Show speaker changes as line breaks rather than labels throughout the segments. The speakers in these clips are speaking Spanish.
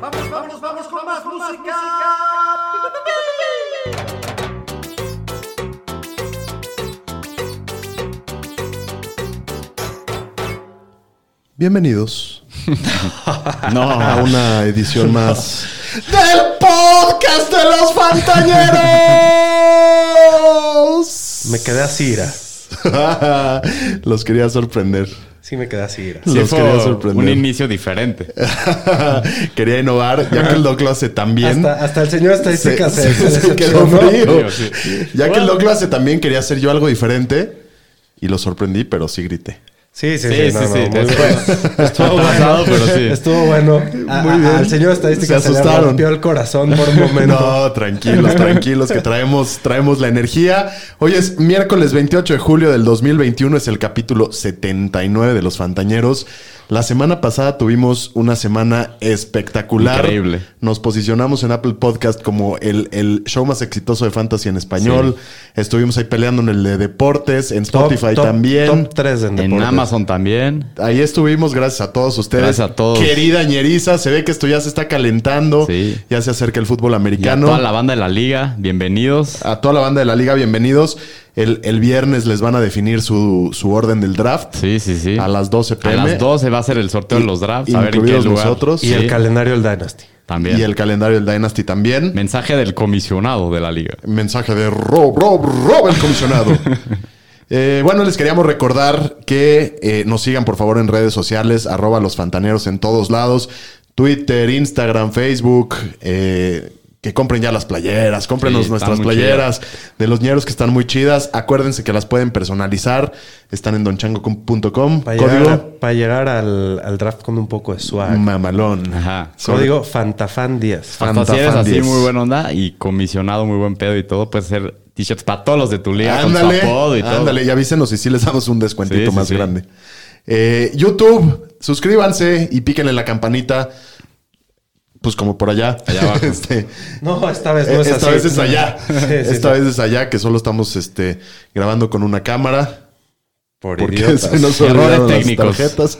Vamos, vamos, vamos con más música.
Bienvenidos a una edición más.
¡Del podcast de los Fantañeros!
Me quedé así, ira.
Los quería sorprender.
Sí, me quedé así, ira.
Sí,
Los
fue
quería sorprender.
Un inicio diferente.
quería innovar, ya que el Doc lo hace también.
Hasta, hasta el señor estadística se, se,
Se quedó
decepcionó.
frío.
Frío, sí.
Ya que el Doc lo hace también, quería hacer yo algo diferente. Y lo sorprendí, pero sí grité.
Sí, sí, sí.
Sí, sí,
no, no,
sí.
muy bueno.
Estuvo- Estuvo basado, pero
este
sí.
Estuvo bueno. A-
Muy
a-
bien.
Al señor estadística
Se
se, le
asustaron.
rompió el corazón por un momento.
No, tranquilos, tranquilos, que traemos, traemos la energía. Hoy es miércoles 28 de julio del 2021, es el capítulo 79 de Los Fantañeros. La semana pasada tuvimos una semana espectacular.
Increíble.
Nos posicionamos en Apple Podcast como el, el show más exitoso de fantasy en español. Estuvimos ahí peleando en el de deportes, en Spotify
Top- top-
también.
Top 3 en
En
deportes.
Amazon también.
Ahí estuvimos, gracias a todos ustedes.
Gracias a todos.
Querida ñeriza, se ve que esto ya se está calentando.
Sí.
Ya se acerca el fútbol
Y a
americano.
toda la banda de la liga, bienvenidos.
A toda la banda de la liga, bienvenidos. El, el viernes les van a definir su, su orden del draft.
Sí, sí, sí.
A las 12
A
pm.
las 12 va a ser el sorteo de los drafts. A ver en qué
Incluidos
lugar.
nosotros.
Y el
Sí,
calendario del Dynasty.
también.
Y el calendario del Dynasty también.
Mensaje del comisionado de la liga.
Mensaje de Rob, Rob, Rob, el comisionado. Eh, bueno, les queríamos recordar que eh, nos sigan por favor en redes sociales, arroba los fantaneros en todos lados, Twitter, Instagram, Facebook, eh, que compren ya las playeras, cómprenos
Sí, están
nuestras
muy
playeras de los ñeros que están muy chidas. Acuérdense que las pueden personalizar, están en donchango.com,
Para llegar,
código
para llegar al, al draft con un poco de swag.
mamalón.
Ajá.
Código Fantafan 10.
Hasta si
Fantafan
eres así
10.
muy buena onda y comisionado muy buen pedo y todo, puedes hacer t-shirts para todos los de tu liga con
Ándale,
su apodo y todo.
ándale, y avísenos y sí les damos un descuentito
Sí, sí,
más
sí.
grande. Eh, YouTube, suscríbanse y píquenle la campanita. Pues como por allá.
Allá abajo.
Este,
No, esta vez no es
Eh, esta
así.
vez es allá.
Sí, sí,
esta
sí.
vez es allá que solo estamos este, grabando con una cámara.
Por
Porque
idiotas.
se nos
Errores
olvidaron las
técnicos.
tarjetas.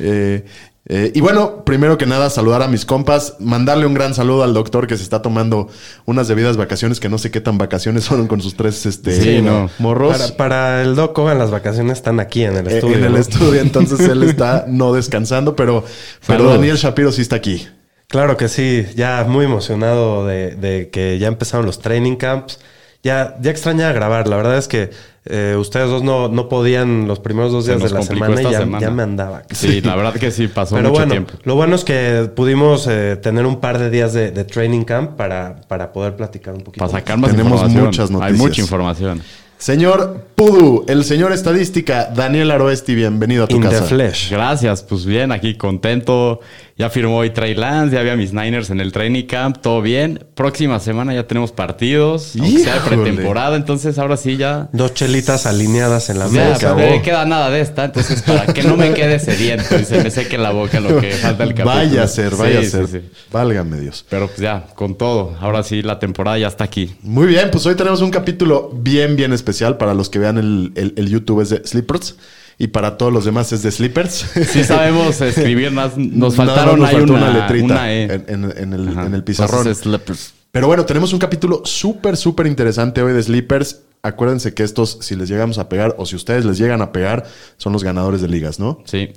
Eh, eh, y bueno, primero que nada, saludar a mis compas, mandarle un gran saludo al doctor que se está tomando unas debidas vacaciones, que no sé qué tan vacaciones fueron con sus tres este,
Sí, no.
morros.
Para, para el Doc Hogan, las vacaciones están aquí en el
Eh,
estudio.
en el
¿no?
estudio, entonces él está no descansando, pero, pero
Saludos.
Daniel Shapiro sí está aquí.
Claro que sí, ya muy emocionado de, de que ya empezaron los training camps. Ya, ya extraña grabar, la verdad es que eh, ustedes dos no, no podían los primeros dos
Se
días de
nos
la
complicó
semana y
esta
ya,
semana.
ya me andaba.
Sí, la verdad que sí, pasó
Pero
mucho
bueno,
tiempo.
lo bueno es que pudimos eh, tener un par de días de, de training camp para, para poder platicar un poquito.
Para
más.
sacar más
Tenemos
información.
muchas
Hay
noticias.
mucha información.
Señor Pudu, el señor estadística, Daniel Aroesti, bienvenido a tu
In the
casa.
flesh.
Gracias, pues bien, aquí contento. Ya firmó hoy Trey Lance, ya había mis Niners en el training camp, todo bien. Próxima semana ya tenemos partidos, aunque sea de
Híjole.
pretemporada, entonces ahora sí ya.
Dos chelitas alineadas en la
O sea,
mesa. Oh.
no me queda nada de esta, entonces para que no me quede sediento y se me seque la boca lo que falta el capítulo.
Vaya a ser, vaya
Sí,
a ser.
sí, sí.
Válgame Dios.
Pero pues ya, con todo, ahora sí la temporada ya está aquí.
Muy bien, pues hoy tenemos un capítulo bien, bien especial. Para los que vean el, el- el YouTube es de Sleepers y para todos los demás es de Sleepers.
Sí sabemos escribir más, nos faltaron
Nada más
hay
faltó
una,
letrita
una E.
en, en- en el,
Ajá.
en el pizarrón.
Entonces, pues, Slippers.
Pero bueno, tenemos un capítulo súper, súper interesante hoy de Sleepers. Acuérdense que estos, si les llegamos a pegar o si ustedes les llegan a pegar, son los ganadores de ligas, ¿no?
Sí.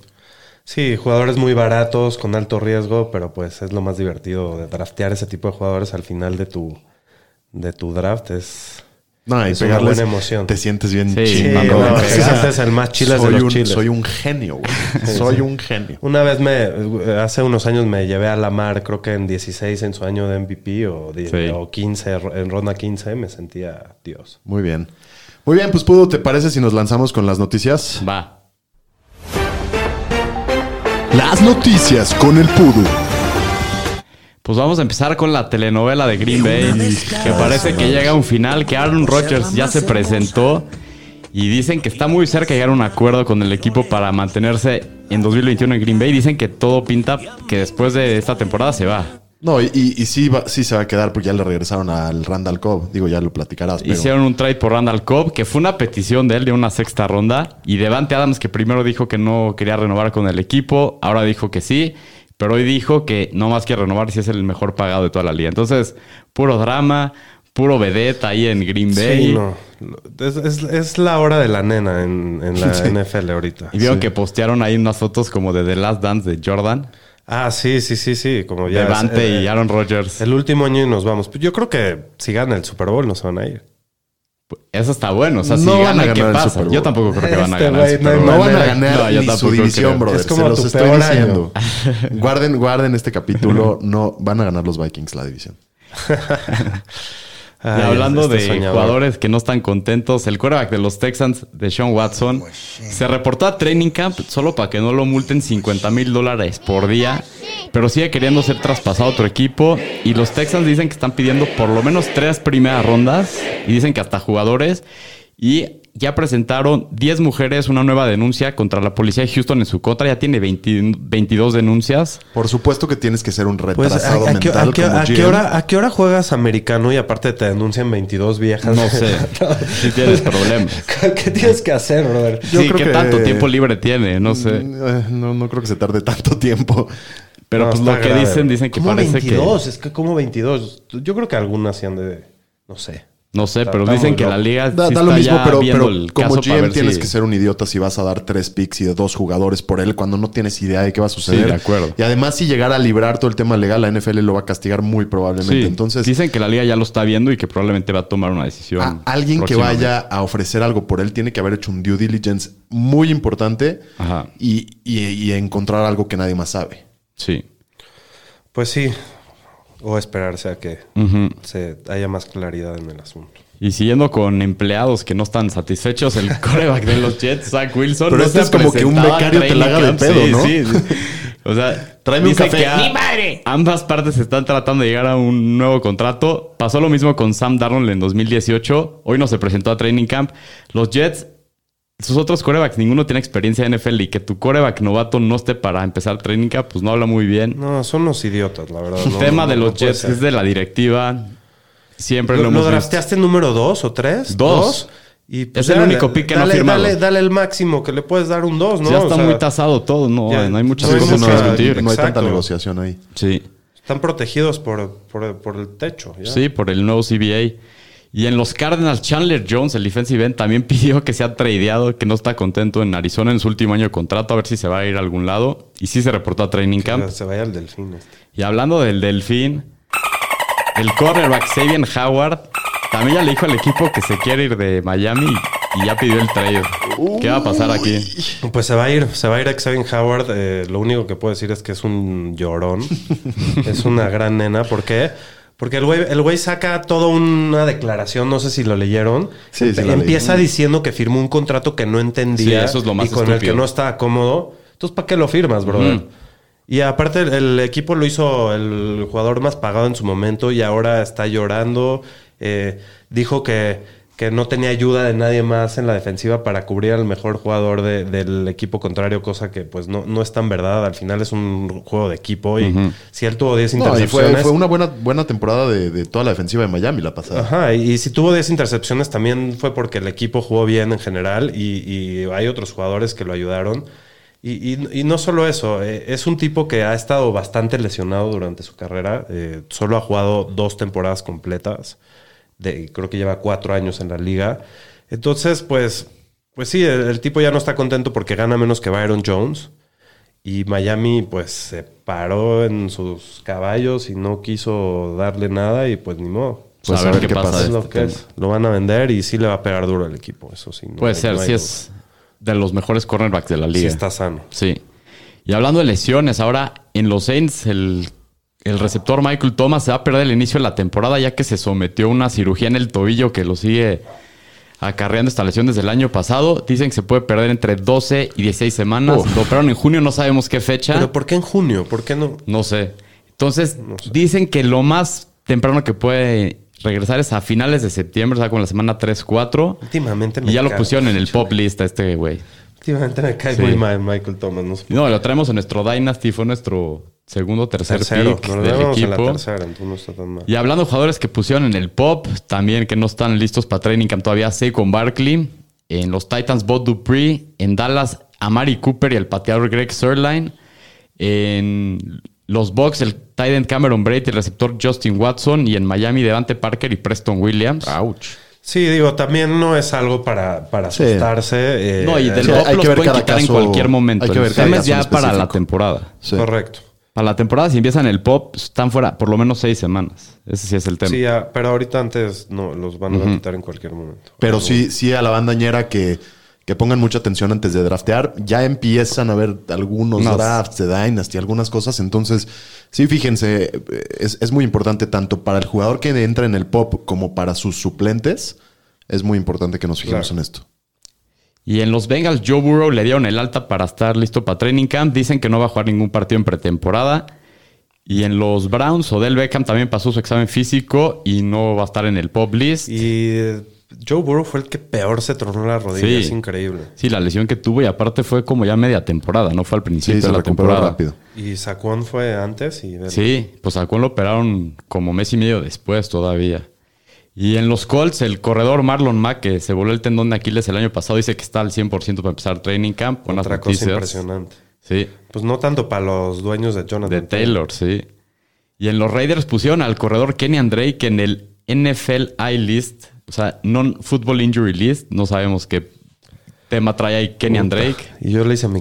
Sí, jugadores muy baratos, con alto riesgo, pero pues es lo más divertido de draftear ese tipo de jugadores al final de tu, de tu draft. Es,
No, y
Es una
pegarles.
buena emoción.
Te sientes bien
Sí,
chingón,
no,
güey.
no,
ese es el más chiles de
soy
los
un,
chiles.
Soy un genio, güey. Soy un genio.
Una vez me, eh, hace unos años me llevé a Lamar, creo que en 16 en su año de MVP o, di-
Sí.
o 15, ro- en ronda 15 me sentía Dios.
Muy bien. Muy bien, pues Pudo, ¿te parece si nos lanzamos con las noticias?
Va.
Las noticias con el Pudu.
Pues vamos a empezar con la telenovela de Green Bay, que parece que llega a un final, que Aaron Rodgers ya se presentó Y dicen que está muy cerca llegar a un acuerdo con el equipo para mantenerse en 2021 en Green Bay. Dicen que todo pinta que después de esta temporada se va.
No, y, y- y sí, va- sí se va a quedar porque ya le regresaron al Randall Cobb. Digo, ya lo platicarás. Pero...
Hicieron un trade por Randall Cobb, que fue una petición de él de una sexta ronda. Y Devante Adams, que primero dijo que no quería renovar con el equipo, ahora dijo que sí. Pero hoy dijo que no más que renovar si es el mejor pagado de toda la liga. Entonces, puro drama, puro vedette ahí en Green Bay.
Sí, no. Es, es- es la hora de la nena en, en la NFL ahorita.
Y vieron que postearon ahí unas fotos como de The Last Dance de Jordan,
Ah, sí, sí, sí, sí. Como ya. es-
Devante
eh,
y Aaron Rodgers.
El último año y nos vamos. Pues Yo creo que si gana el Super Bowl no se van a ir.
Eso está bueno. O sea,
No
si
van a
ganan, ¿qué
ganar el
pasa?
Super Bowl.
Yo tampoco creo que van a
Este
ganar. el
güey,
Super
no hay
Bowl.
No van a
manera.
ganar
No, yo
ni su
tampoco
división,
creo.
brother.
Es como
Se los
tu
estoy
peor
diciendo. Guarden, guarden este capítulo. No van a ganar los Vikings la división.
Y
Ay,
hablando
este
de
soñador.
jugadores que no están contentos, el quarterback de los Texans, de Sean Watson,
Pues
se reportó a Training Camp solo para que no lo multen 50 mil dólares por día, pero sigue queriendo ser traspasado a otro equipo. Y los Texans dicen que están pidiendo por lo menos tres primeras rondas y dicen que hasta jugadores. Y ya presentaron 10 mujeres una nueva denuncia contra la policía de Houston en su contra. Ya tiene 20 22 denuncias.
Por supuesto que tienes que ser un
Pues, ¿a,
retrasado
a qué,
mental
a qué-
como
a qué
GM.
hora, ¿A qué hora juegas americano y aparte te denuncian 22 viejas?
No sé si tienes problemas.
¿Qué tienes que hacer, brother?
Yo
sí,
creo
¿qué
que-
tanto tiempo libre tiene? No sé.
Eh, No, no creo que se tarde tanto tiempo.
Pero
No,
pues
está
lo que
grave,
dicen,
bro.
dicen que
¿Cómo
parece
22? Es que como 22. Yo creo que algunas hacían de... No sé.
que. No sé, pero
Está
dicen
muy
que la
loco.
liga.
Da,
sí
da lo
está
mismo,
ya
pero,
viendo
pero
el
como
caso para
GM
ver
tienes
si-
que ser un idiota si vas a dar tres picks y de dos jugadores por él cuando no tienes idea de qué va a suceder.
de acuerdo.
Y además, si llegara a librar todo el tema legal, la NFL lo va a castigar muy probablemente.
Sí,
Entonces,
dicen que la liga ya lo está viendo y que probablemente va a tomar una decisión.
a alguien que
próximamente.
vaya a ofrecer algo por él tiene que haber hecho un due diligence muy importante
Ajá.
y, y- y encontrar algo que nadie más sabe.
Sí.
Pues sí. O esperarse a que se haya más claridad en el asunto.
Y siguiendo con empleados que no están satisfechos, el coreback de los Jets, Zach Wilson.
Pero
no
este
se
es como que un
presentaba
becario te la haga de
training
pedo,
camp. Sí, sí, sí. O sea,
Tráeme un
dicen
café.
que a- Ambas partes están tratando de llegar a un nuevo contrato. Pasó lo mismo con Sam Darnold en 2018. Hoy no se presentó a Training Camp. Los Jets, sus otros corebacks, ninguno tiene experiencia en NFL y que tu coreback novato no esté para empezar Training Camp, pues no habla muy bien.
No, son los idiotas, la verdad.
El
No,
tema
no,
de
no
los
puede
Jets
ser.
es de la directiva. Siempre lo,
¿Lo,
hemos
lo
visto.
drafteaste número 2 o 3?
Dos.
Y pues,
Es el único pick que no ha
dale,
firmado.
Dale, dale el máximo que le puedes dar un 2, ¿no?
ya
O
está
sea,
muy tasado todo, no,
ya-
no hay muchas
no hay
cosas que
mucha-
discutir.
no hay tanta
Exacto.
negociación ahí.
Sí.
Están protegidos por, por, por el techo. ¿ya?
Sí, por el nuevo CBA. Y en los Cardinals, Chandler Jones, el defensive end, también pidió que sea tradeado, que no está contento en Arizona en su último año de contrato, a ver si se va a ir a algún lado. Y sí se reportó a Training Camp.
Que se vaya el delfín. este.
Y hablando del Delfín, el cornerback Sabian Howard también ya le dijo al equipo que se quiere ir de Miami y ya pidió el trade. ¿Qué va a pasar aquí?
Pues se va a ir, se va a ir a Xavier Howard. eh, lo único que puedo decir es que es un llorón. es una gran nena. ¿Por qué? Porque el güey, el güey saca toda una declaración, no sé si lo leyeron.
Sí, sí la leí.
Empieza diciendo que firmó un contrato que no entendía
Sí, eso es lo más
y con el
estúpido. Mm.
que no estaba cómodo. Entonces, ¿para qué lo firmas, brother? Y aparte el, el equipo lo hizo el jugador más pagado en su momento y ahora está llorando. Eh, dijo que, que no tenía ayuda de nadie más en la defensiva para cubrir al mejor jugador de- del equipo contrario, cosa que pues no, no es tan verdad. Al final es un juego de equipo y si él tuvo 10
No, y fue,
intercepciones...
fue una buena, buena temporada de, de toda la defensiva de Miami la pasada.
Ajá, y, y si tuvo 10 intercepciones también fue porque el equipo jugó bien en general y, y hay otros jugadores que lo ayudaron. Y, y- y no solo eso, eh, es un tipo que ha estado bastante lesionado durante su carrera, eh, solo ha jugado dos temporadas completas, de, creo que lleva cuatro años en la liga. Entonces, pues, pues sí, el, el tipo ya no está contento porque gana menos que Byron Jones. Y Miami pues se paró en sus caballos y no quiso darle nada y pues ni modo.
Pues
a ver qué pasa.
Es
este
lo que
tema.
es. Lo van a vender y sí le va a pegar duro al equipo, eso sí. no
Puede
hay-
ser,
no hay
sí
duda.
es de los mejores cornerbacks de la
Sí
liga.
está sano.
Sí. Y hablando de lesiones, ahora en los Saints el, el receptor Michael Thomas se va a perder el inicio de la temporada ya que se sometió a una cirugía en el tobillo que lo sigue acarreando esta lesión desde el año pasado. Dicen que se puede perder entre 12 y 16 semanas. Lo operaron en junio, no sabemos qué fecha.
Pero ¿por qué en junio? ¿Por qué no?
No sé. Entonces, dicen que lo más temprano que puede regresar es a finales de septiembre, o sea, con la semana 3-4.
Últimamente me
Y ya lo
cae,
pusieron en el pop list a este güey.
Últimamente me cae
Sí.
muy mal Michael Thomas. No sé.
No, lo traemos en nuestro Dynasty, fue nuestro segundo, tercer
Tercero.
pick
Nos
del
vemos en la
equipo.
tercera, entonces no está tan mal.
Y hablando de jugadores que pusieron en el pop, también que no están listos para training camp todavía, Saquon Barkley, en los Titans, Bob Dupree, en Dallas, Amari Cooper y el pateador Greg Sirline, en los Bucks, el tight end Cameron Braid y el receptor Justin Watson, y en Miami, Devante Parker y Preston Williams.
Ah,
Sí, digo, también no es algo para, para
Sí.
asustarse. eh,
No, y
eh,
del
Sí,
pop
hay
los
que ver
pueden
cada
quitar en
caso-
cualquier momento.
hay que ver
el
cada
tema es
caso en
ya para la
específico.
temporada.
Sí.
Correcto.
Para la temporada, si empiezan el pop, están fuera por lo menos seis semanas. Ese sí es el tema.
Sí, ya, pero ahorita antes no, los van a quitar en cualquier momento.
Pero sí, sí a la bandañera que, que pongan mucha atención antes de draftear. Ya empiezan a ver algunos
No.
drafts de Dynasty, algunas cosas. Entonces, sí, fíjense, eh, es, es muy importante tanto para el jugador que entra en el pop como para sus suplentes. Es muy importante que nos fijemos
Claro.
en esto.
Y en los Bengals, Joe Burrow le dieron el alta para estar listo para training camp. Dicen que no va a jugar ningún partido en pretemporada. Y en los Browns, Odell Beckham también pasó su examen físico y no va a estar en el pop list.
Y eh, Joe Burrow fue el que peor se tronó la rodilla.
Sí.
Es increíble.
Sí, la lesión que tuvo y aparte fue como ya media temporada, no fue al
Sí,
principio
se
de la
recuperó
temporada.
rápido.
Y Saquon fue antes y...
Sí, pues a Kwon lo operaron como mes y medio después todavía. Y en los Colts, el corredor Marlon Mack, que se voló el tendón de Aquiles el año pasado, dice que está al 100% para empezar training camp. Buenas
Otra cosa
noticias.
impresionante.
Sí.
Pues no tanto para los dueños de Jonathan.
De Taylor, sí. Y en los Raiders pusieron al corredor Kenny Drake en el NFL I List, o sea, Non-Football Injury List. No sabemos qué tema trae ahí Kenny Drake.
Y yo le hice mi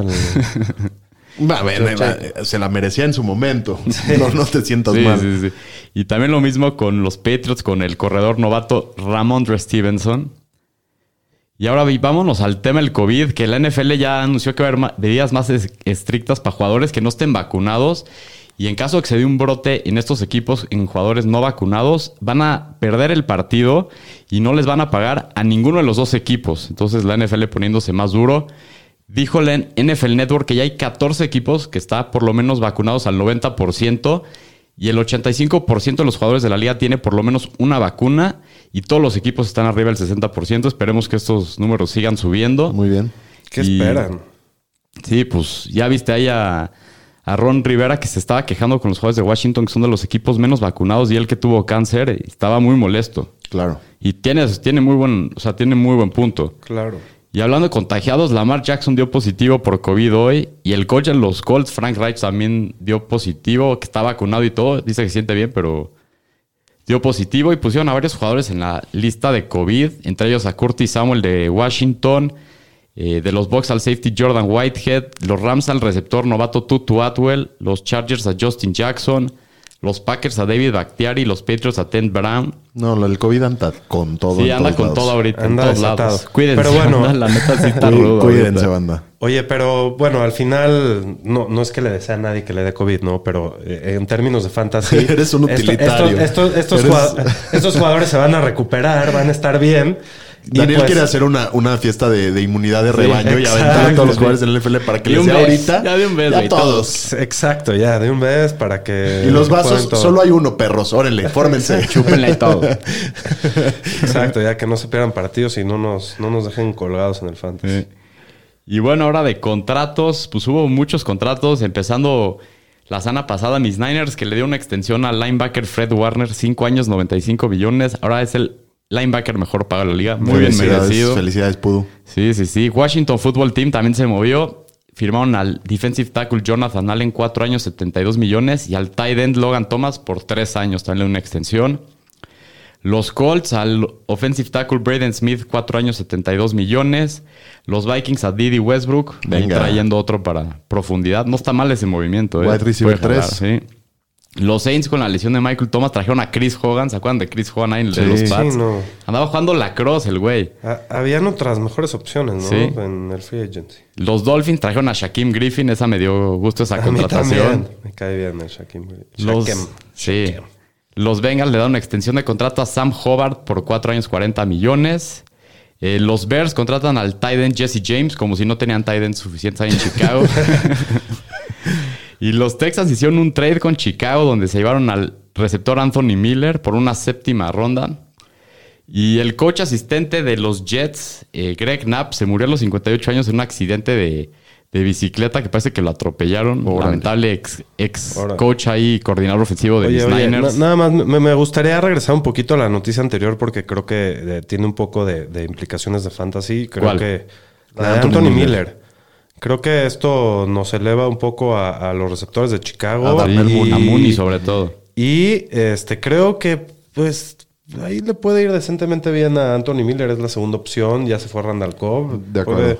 al-
A ver, eh, eh, se la merecía en su momento. No, no te sientas
Sí,
mal.
sí, sí. Y también lo mismo con los Patriots, con el corredor novato Ramondre Stevenson. Y ahora vi- vámonos al tema del COVID, que la NFL ya anunció que va a haber ma- medidas más es- estrictas para jugadores que no estén vacunados. Y en caso de que se dé un brote en estos equipos, en jugadores no vacunados, van a perder el partido y no les van a pagar a ninguno de los dos equipos. Entonces la NFL poniéndose más duro. Dijo la NFL Network que ya hay 14 equipos que está por lo menos vacunados al 90% y el 85% de los jugadores de la liga tiene por lo menos una vacuna y todos los equipos están arriba del 60%. Esperemos que estos números sigan subiendo.
Muy bien.
¿Qué
Y-
esperan?
Sí, pues ya viste ahí a, a Ron Rivera que se estaba quejando con los jugadores de Washington que son de los equipos menos vacunados y él que tuvo cáncer y estaba muy molesto.
Claro.
Y tiene, tiene muy buen, o sea, tiene muy buen punto.
Claro.
Y hablando de contagiados, Lamar Jackson dio positivo por COVID hoy. Y el coach en los Colts, Frank Reich, también dio positivo, que está vacunado y todo. Dice que se siente bien, pero dio positivo. Y pusieron a varios jugadores en la lista de COVID, entre ellos a Curtis Samuel de Washington, eh, de los Bucks al safety Jordan Whitehead, los Rams al receptor novato Tutu Atwell, los Chargers a Justin Jackson, los Packers a David Bakhtiari, los Patriots a Ted Brown.
No, el COVID anda con todo.
Sí,
en
anda
todos
con
lados.
todo ahorita,
Anda
en todos
desatado.
lados. Cuídense.
Pero bueno.
banda, la neta sí está
Cuí-
rudo
Cuídense,
ahorita.
banda.
Oye, pero bueno, al final no, no es que le desea a nadie que le dé COVID, ¿no? Pero eh, en términos de fantasy...
Eres un
esto- esto-
utilitario.
estos- estos
Eres-
jugado- estos jugadores se van a recuperar, van a estar bien. Y
Daniel
pues-
quiere hacer una, una fiesta de, de inmunidad de rebaño y
exacto.
aventar a todos los jugadores del NFL para que
Y
les
un
dé
bes,
ahorita.
ya de un bes, güey,
todos.
Exacto, ya, de un vez para que...
Y los
jueguen
vasos,
todo.
solo hay uno, perros. Órale, fórmense.
Chúpenle y todo.
Exacto, ya que no se pierdan partidos y no nos, no nos dejen colgados en el fantasy.
Y bueno, ahora de contratos, pues hubo muchos contratos, empezando la semana pasada mis Niners, que le dio una extensión al linebacker Fred Warner, 5 años, 95 millones. Ahora es el linebacker mejor pagado de la liga, muy bien
Felicidades,
merecido.
Felicidades, Pudu.
Sí, sí, sí. Washington Football Team también se movió. Firmaron al defensive tackle Jonathan Allen, 4 años, 72 millones. Y al tight end Logan Thomas por 3 años, también una extensión. Los Colts al offensive tackle Braden Smith, 4 años, 72 millones. Los Vikings a Didi Westbrook, ahí
Venga.
trayendo otro para profundidad. No está mal ese movimiento. ¿eh?
Wide receiver
Puede jalar,
3.
sí. Los Saints con la lesión de Michael Thomas trajeron a Chris Hogan. ¿Se acuerdan de Chris Hogan ahí en el de
Sí.
los
Sí,
Pats?
no.
Andaba jugando lacrosse el güey.
Ha- Ah, Habían otras mejores opciones, ¿no?
Sí.
En el free agency.
Los Dolphins trajeron a Shaquim Griffin, esa me dio gusto esa
A mí
contratación.
también. Me cae bien el Shaquem.
Los,
Shaquem.
sí.
Shaquem.
Los Bengals le dan una extensión de contrato a Sam Hobart por 4 años 40 millones. Eh, los Bears contratan al tight end Jesse James, como si no tenían tight ends suficientes ahí en Chicago. y los Texans hicieron un trade con Chicago donde se llevaron al receptor Anthony Miller por una séptima ronda. Y el coach asistente de los Jets, eh, Greg Knapp, se murió a los 58 años en un accidente de, de bicicleta que parece que lo atropellaron.
Órale.
Lamentable ex, ex
Órale.
coach ahí, coordinador ofensivo de
Oye,
los
oye,
Niners.
na- nada más, me, me gustaría regresar un poquito a la noticia anterior porque creo que eh, tiene un poco de, de implicaciones de fantasy. Creo
¿Cuál?
que
La
la
de
de
Anthony
Anthony Miller.
Miller.
Creo que esto nos eleva un poco a, a los receptores de Chicago.
A Darnell
Sí,
Mooney.
a Mooney sobre todo.
Y este, creo que pues ahí le puede ir decentemente bien a Anthony Miller, es la segunda opción. Ya se fue Randall Cobb.
De acuerdo.
Puede-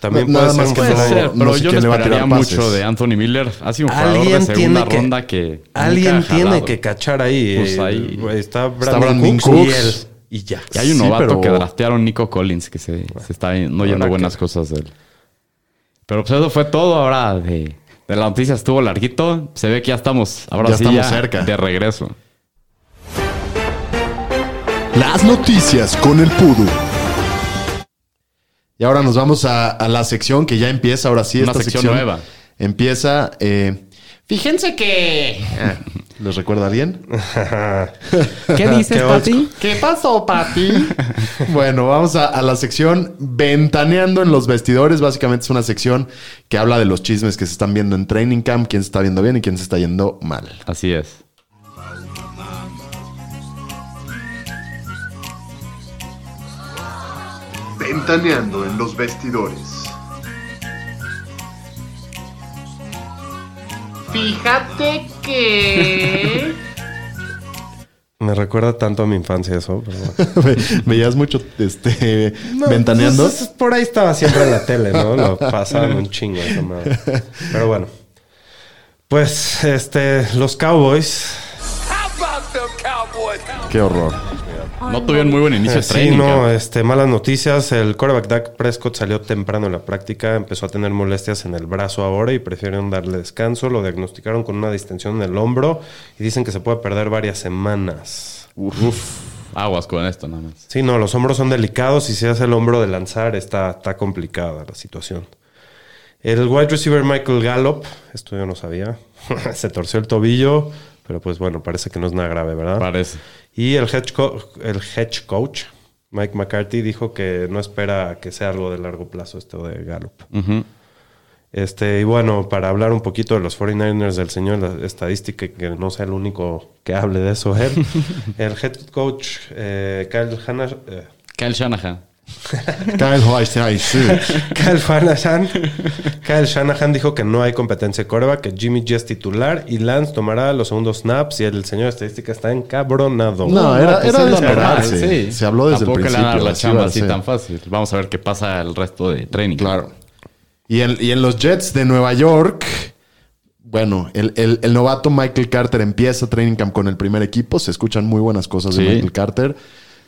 también
Na-
puede
nada
ser
más
un
que
Puede
no-
jugador-
ser, pero
no sé
yo
quién
le
le va a
esperaría
tirar
mucho
pases.
de Anthony Miller. Ha sido un jugador de
Alguien
segunda
tiene que,
ronda que.
alguien
nunca ha
tiene
jalado.
que cachar ahí.
Pues
Eh,
ahí-
güey, está Brandon,
Brandon
Cooks,
Cooks.
y él. Y ya.
Y hay un
Sí,
novato
pero-
que draftearon Nico Collins, que se, se está no yendo
Ahora
buenas cosas de él. Pero pues eso fue todo ahora de, de la noticia. Estuvo larguito. Se ve que ya estamos, ahora
Ya
sí,
estamos cerca.
de regreso.
Las noticias con el Pudu. Y ahora nos vamos a, a la sección que ya empieza, ahora sí,
Una
esta
sección
sección,
nueva.
Empieza. eh, Fíjense que. Ah, ¿Les recuerda a alguien?
¿Qué dices,
Qué
Pati?
¿Qué pasó, Pati? bueno, vamos a, a la sección Ventaneando en los vestidores. Básicamente es una sección que habla de los chismes que se están viendo en Training Camp, quién se está viendo bien y quién se está yendo mal.
Así es.
Ventaneando en los vestidores.
Fíjate que...
Me recuerda tanto a mi infancia eso. pero bueno.
Ve- Veías mucho este, ventaneando.
pues, es- por ahí estaba siempre en la tele, ¿no? Lo pasaban un chingo esa madre. Pero bueno. Pues, este, los Cowboys.
Qué horror.
No tuvieron muy buen inicio
Eh,
de training.
sí, no,
camp.
este, malas noticias. El quarterback Dak Prescott salió temprano en la práctica, empezó a tener molestias en el brazo ahora y prefieren darle descanso. Lo diagnosticaron con una distensión en el hombro y dicen que se puede perder varias semanas.
Aguas con esto nada más.
Sí, no, los hombros son delicados y si hace el hombro de lanzar está, está complicada la situación. El wide receiver Michael Gallup, esto yo no sabía, se torció el tobillo, pero pues bueno, parece que no es nada grave,
Ah.
¿verdad?
Parece.
Y el head, co- el head coach, Mike McCarthy, dijo que no espera que sea algo de largo plazo esto de Gallup. Este, y bueno, para hablar un poquito de los 49ers del señor la estadística, que no sea el único que hable de eso él, el head coach eh, Kyle, Hanash- eh,
Kyle Shanahan.
Kyle Weissstein, sí.
Kyle Shanahan, Kyle Shanahan dijo que no hay competencia de coreback, que Jimmy G es titular y Lance tomará los segundos snaps y el señor estadística está encabronado.
No, eh. Ah, era,
Pues
era
es
de
lo
esperarse.
normal, sí.
Se habló desde
Tampoco
el
le
principio.
van a dar la
así
chamba
va a
así
ser.
tan fácil. Vamos a ver qué pasa el resto de training.
Claro. Y en, y en los Jets de Nueva York, bueno, el, el- el novato Michael Carter empieza training camp con el primer equipo. Se escuchan muy buenas cosas
Sí.
de Michael Carter.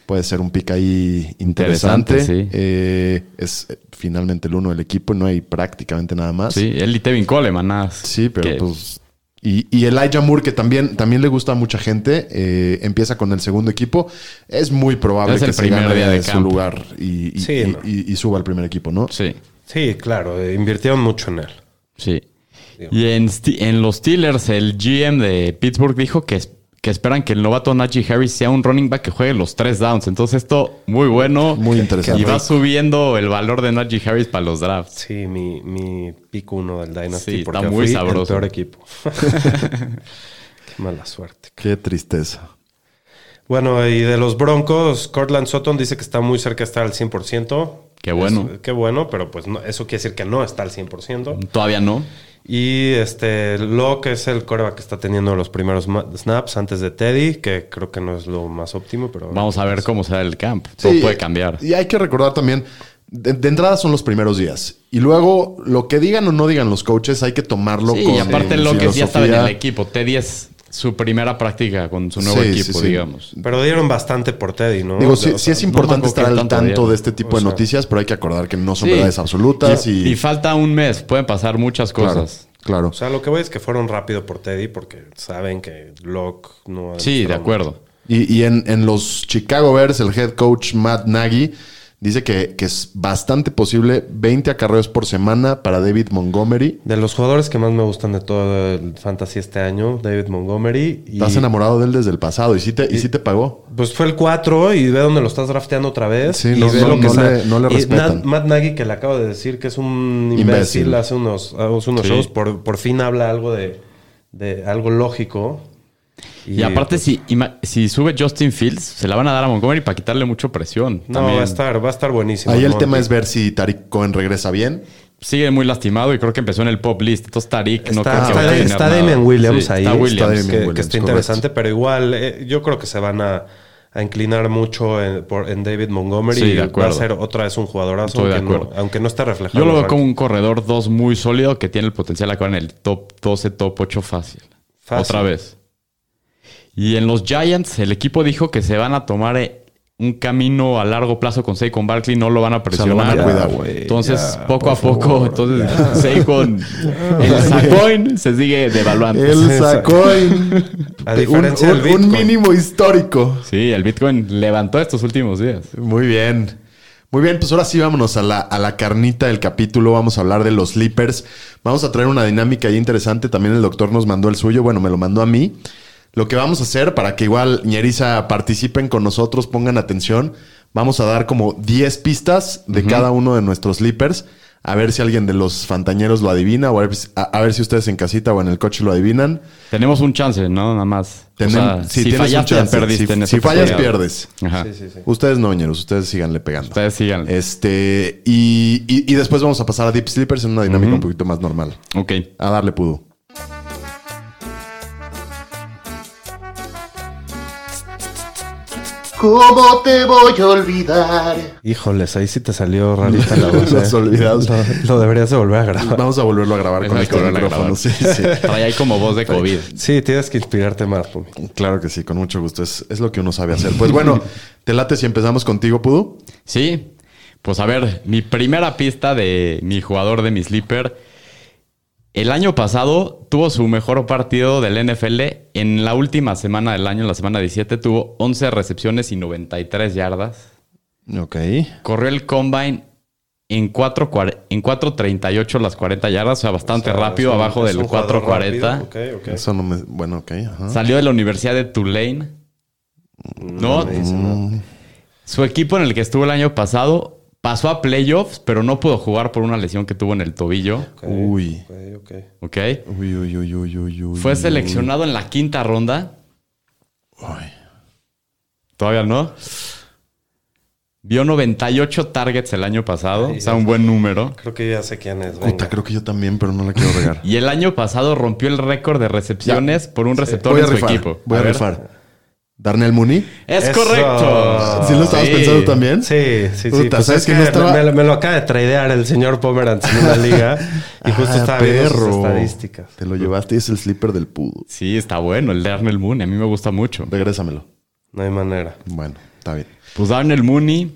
Puede ser un pick ahí interesante.
Interesante, sí.
Eh, es eh, finalmente el uno del equipo. No hay prácticamente nada más.
Sí, él y Tevin Coleman. nada más.
Sí, pero
Que-
pues. Y, y Elijah Moore, que también, también le gusta a mucha gente, eh, empieza con el segundo equipo. Es muy probable
Es el
que se
primer
gane
día de
su
campo.
lugar y, y-
Sí,
y-
no.
y- y suba al primer equipo, ¿no?
Sí,
Sí, claro, eh, invirtieron mucho en él.
sí. Y en, Sti- en los Steelers, el GM de Pittsburgh dijo que, es- que esperan que el novato Najee Harris sea un running back que juegue los tres downs. Entonces, esto muy bueno.
Muy interesante.
Y va subiendo el valor de Najee Harris para los drafts.
Sí, mi, mi pico uno del Dynasty
Sí,
porque
está muy
fui el
sabroso.
peor equipo. Qué mala suerte.
Qué tristeza.
Bueno, y de los Broncos, Cortland Sutton dice que está muy cerca de estar al 100%.
Qué bueno.
Es- qué bueno, pero pues no- eso quiere decir que no está al 100%.
Todavía no.
Y este Locke es el coreback que está teniendo los primeros ma- snaps antes de Teddy, que creo que no es lo más óptimo, pero
Vamos a ver cómo será el camp. Todo
Sí,
puede cambiar.
Y hay que recordar también, de, de entrada son los primeros días. Y luego, lo que digan o no digan los coaches, hay que tomarlo
Sí,
con
y aparte lo que ya estaba en
filosofía.
el equipo. Teddy es su primera práctica con su nuevo
Sí, sí,
equipo,
sí.
digamos.
pero dieron bastante por Teddy, ¿no?
Digo,
O sea,
sí,
o
sí
sea,
es importante
me acuerdo
estar
qué
al
tanto
tanto
dieron.
de este tipo
O
de
sea.
noticias, pero hay que acordar que no son
Sí.
verdades absolutas.
Y,
Y,
y falta un mes. Pueden pasar muchas
claro,
cosas.
Claro.
O sea, lo que voy es que fueron rápido por Teddy porque saben que Locke no... ha
Sí, de
demostrado
acuerdo.
Y, y en, en los Chicago Bears, el head coach Matt Nagy Dice que, que es bastante posible 20 acarreos por semana para David Montgomery.
De los jugadores que más me gustan de todo el fantasy este año, David Montgomery. Y,
Estás enamorado de él desde el pasado y sí te, y sí te pagó.
Pues fue el 4 y ve dónde lo estás drafteando otra vez.
Sí,
y
no-
ve
no-
lo que
no
sa-
le- no le
y
respetan.
Nat- Matt Nagy, que le acabo de decir que es un imbécil,
Imbécil.
hace unos, hace unos
Sí.
shows, por, por fin habla algo de, de algo lógico. pues,
Y, aparte, si, ima- si sube Justin Fields, se la van a dar a Montgomery para quitarle mucho presión.
No,
También
va a estar, va a estar buenísimo.
Ahí el
¿no?
tema es ver si Tariq Cohen regresa bien.
sigue muy lastimado y creo que empezó en el pop list. Entonces Tarik no creo
Está,
que vaya
está,
a tener
está
nada.
Damien Williams
Sí,
ahí.
Está Williams.
Está Damien
que- que,
Williams,
está
correcto.
interesante, pero igual eh, yo creo que se van a, a inclinar mucho en, por- en David Montgomery.
Sí, de
y va a
acuerdo.
ser otra vez un jugadorazo,
Estoy de
aunque, no,
acuerdo.
aunque no está reflejado.
Yo lo
en
veo
los
como
rankings.
un corredor 2 muy sólido que tiene el potencial de acabar en el top 12, top 8 fácil.
Fácil.
Otra vez. Y en los Giants, el equipo dijo que se van a tomar eh, un camino a largo plazo con Saquon Barkley, no lo van a
sea, lo van a
presionar.
cuidar,
güey,
entonces,
ya,
poco
por
a poco,
favor,
entonces Saquon, el Sacoin se sigue devaluando.
El Sacoin.
A diferencia
un,
del Bitcoin.
mínimo histórico.
Sí, el Bitcoin levantó estos últimos días.
Muy bien. Muy bien, pues ahora sí vámonos a la, a la carnita del capítulo. Vamos a hablar de los sleepers. Vamos a traer una dinámica ahí interesante. También el doctor nos mandó el suyo. Bueno, me lo mandó a mí. Lo que vamos a hacer para que igual Ñeriza participen con nosotros, pongan atención. Vamos a dar como 10 pistas de cada uno de nuestros sleepers. A ver si alguien de los fantañeros lo adivina o a ver, si- a- a ver si ustedes en casita o en el coche lo adivinan.
Tenemos un chance, ¿no? Nada más. O
Tenem-
sea,
sí,
si
tienes un
fallaste,
chance.
perdiste
Si-
en ese
si fallas,
partido.
pierdes.
Ajá.
Sí, sí, sí.
Ustedes no, ñeros, ustedes síganle pegando.
Ustedes sigan.
Este, y, y- y después vamos a pasar a Deep Sleepers en una dinámica un poquito más normal.
Ok.
A darle pudo.
¿Cómo te voy a olvidar?
Híjoles, ahí sí te salió rarita la voz.
Los
eh.
olvidados.
Lo, lo deberías de volver a grabar.
Vamos a volverlo a grabar
Eso
con
hay que
estos
volverlo a
micrófonos. Sí, sí.
Trae ahí como voz de COVID.
Sí, tienes que inspirarte más, Pumi.
Claro que sí, con mucho gusto. Es, es lo que uno sabe hacer. Pues bueno, te late si empezamos contigo, Pudu.
Sí. Pues a ver, mi primera pista de mi jugador de mi sleeper. El año pasado tuvo su mejor partido del NFL. En la última semana del año, en la semana 17, tuvo 11 recepciones y 93 yardas.
Ok.
Corrió el combine en 4 cuar- en 4.38 las 40 yardas, o sea, bastante
O sea,
rápido,
es un-
abajo
es
del
un jugador
4.40.
rápido. Ok, ok.
Eso no me. Bueno, ok. ajá.
Salió de la Universidad de Tulane. No.
Mm.
Su equipo en el que estuvo el año pasado pasó a playoffs, pero no pudo jugar por una lesión que tuvo en el tobillo.
Uy.
Ok, ok.
¿Ok?
Uy, uy, uy, uy, uy, uy.
Fue seleccionado en la quinta ronda.
Ay.
Todavía no. Vio 98 targets el año pasado. o sea, un buen número.
Creo que ya sé quién es. venga.
Puta, creo que yo también, pero no la quiero regar.
Y el año pasado rompió el récord de recepciones por un receptor
Voy a
en su
rifar.
equipo.
Voy a,
ver.
rifar. Darnell Mooney.
Es
Eso.
correcto.
¿Sí lo estabas
Sí.
pensando también?
Sí, sí, sí.
Puta,
Pues
¿sabes
es
que no estaba-
me, lo- me lo acaba de tradear el señor Pomerantz en una liga y justo
Ah,
estaba viendo sus estadísticas.
Te lo llevaste y es el slipper del pudo.
Sí, está bueno el de Arnell Mooney. A mí me gusta mucho.
Regrésamelo.
No hay manera.
Bueno, está bien.
Pues Darnell Mooney,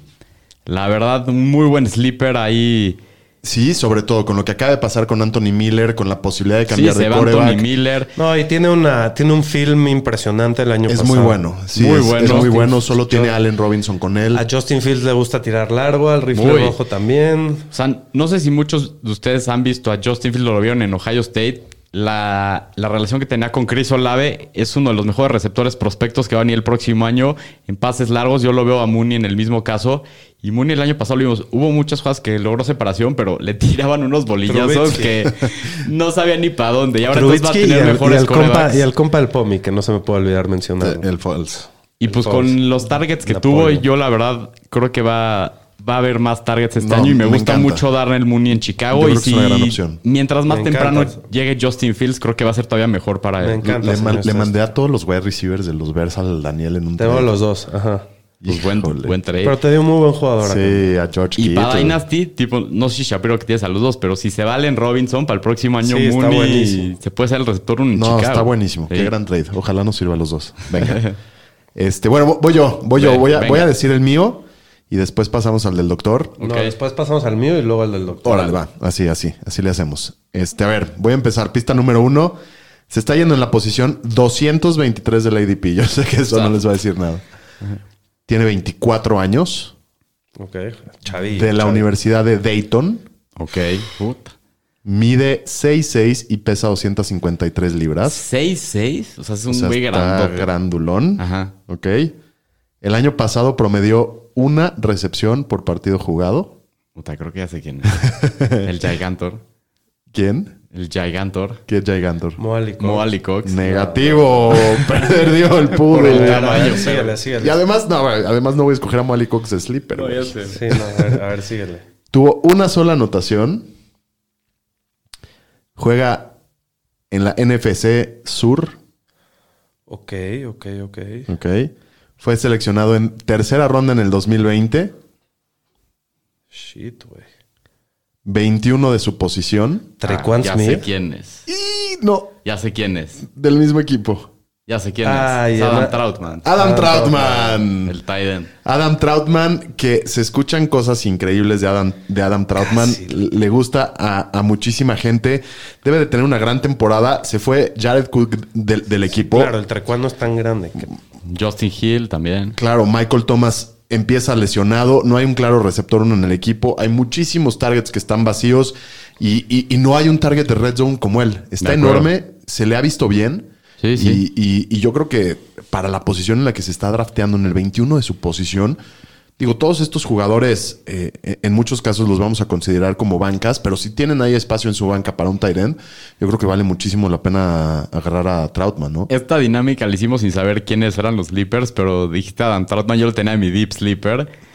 la verdad, un muy buen sleeper ahí.
Sí, sobre todo con lo que acaba de pasar con Anthony Miller, con la posibilidad de
Sí,
cambiar
se
de
va Anthony
coreback.
Miller.
No, y tiene una, tiene un film impresionante el año
Es
pasado.
muy bueno. Sí,
Muy
es,
bueno.
es muy
Justin-
bueno. Solo tiene a Allen Robinson con él.
A Justin Fields le gusta tirar largo, al rifle
Muy.
rojo también.
O sea, no sé si muchos de ustedes han visto a Justin Fields, lo vieron en Ohio State. La, la relación que tenía con Chris Olave es uno de los mejores receptores prospectos que van a ir el próximo año en pases largos. Yo lo veo a Mooney en el mismo caso. Y Mooney el año pasado lo vimos. Hubo muchas jugadas que logró separación, pero le tiraban unos bolillazos
Trubisky.
que no sabía ni para dónde. Y ahora entonces va a
Trubisky y
tener
el, y
mejores
el compa,
corebacks.
y el compa del Pomi, que no se me puede olvidar mencionar.
Eh, el false.
Y pues
Entonces,
con los targets que
la
tuvo,
polio.
yo la verdad creo que va, va a haber más targets este
No,
año y me,
me
gusta
encanta.
mucho Darnell Mooney en Chicago.
Yo
y
creo que
si
es una gran opción.
mientras más
Me
temprano
encanta.
llegue Justin Fields, creo que va a ser todavía mejor para
Me
él.
encanta.
Le, man-
señor
le
Sexto.
mandé a todos los wide receivers de los Bears al Daniel en un
Tengo
trade.
los dos, ajá.
Pues buen,
Híjole.
buen trade.
Pero te dio un muy buen jugador. acá.
Sí, a George
y
Kittle.
para Dynasty, tipo, no sé si Shapiro que tienes a los dos, pero si se valen Robinson para el próximo año,
Sí, está
Mooney
buenísimo.
se puede ser el receptor uno en
No,
Chicago.
está buenísimo.
Sí.
Qué gran trade. Ojalá nos sirva a los dos. Venga. este, bueno, vo- voy yo, voy yo,
Ve-
voy a, voy
venga.
a decir el mío y después pasamos al del doctor.
Ok.
No, después pasamos al mío y luego al del doctor.
Órale, va. Así, así, así le hacemos. Este, a ver, voy a empezar. Pista número uno. Se está yendo en la posición 223 del ADP. Yo sé que eso no les va a decir nada. Tiene 24 años.
Ok, chavillo.
de la
chavillo.
Universidad de Dayton.
Ok, puta.
Mide 6'6 y pesa 253 libras.
6-6, o sea, es un
O sea,
güey
está
grandote.
grandulón.
Ajá.
Ok. El año pasado promedió una recepción por partido jugado.
Puta, creo que ya sé quién es. El Gigantor.
¿Quién?
El Gigantor.
¿Qué Gigantor?
Moalicón.
Mo Cox.
Negativo. Perdió el
el
poodle.
tamaño.
Síguele, síguele, síguele.
Y además, no, además no voy a escoger a Molly Cox de Sleeper. güey.
Sí, no, a ver, a ver, síguele.
Tuvo una sola anotación. Juega en la NFC Sur.
Ok, ok, ok.
Ok. Fue seleccionado en tercera ronda en el 2020.
Shit, güey.
21 de su posición.
Trequan
Ah, ya sé
Smith.
quién es.
Y no,
Ya sé quién es.
del mismo equipo.
Ya sé quién
Ah,
es. Es
ya
Adam
la-
Troutman.
Adam Troutman.
El tight end.
Adam Troutman, que se escuchan cosas increíbles de Adam, de Adam Troutman. Le gusta a, a muchísima gente. Debe de tener una gran temporada. Se fue Jared Cook del, del equipo.
Claro, el Trequan no es tan grande. que-
Justin Hill también.
Claro, Michael Thomas empieza lesionado, no hay un claro receptor uno en el equipo, hay muchísimos targets que están vacíos y, y- y no hay un target de red zone como él. Está
De acuerdo.
enorme, se le ha visto bien.
Sí,
y,
sí.
y- y yo creo que para la posición en la que se está drafteando, en el 21 de su posición, digo, todos estos jugadores eh, en muchos casos los vamos a considerar como bancas, pero si tienen ahí espacio en su banca para un tight end, yo creo que vale muchísimo la pena agarrar a Troutman, ¿no?
Esta dinámica la hicimos sin saber quiénes eran los sleepers, pero dijiste Adam Troutman, yo lo tenía en mi deep sleeper.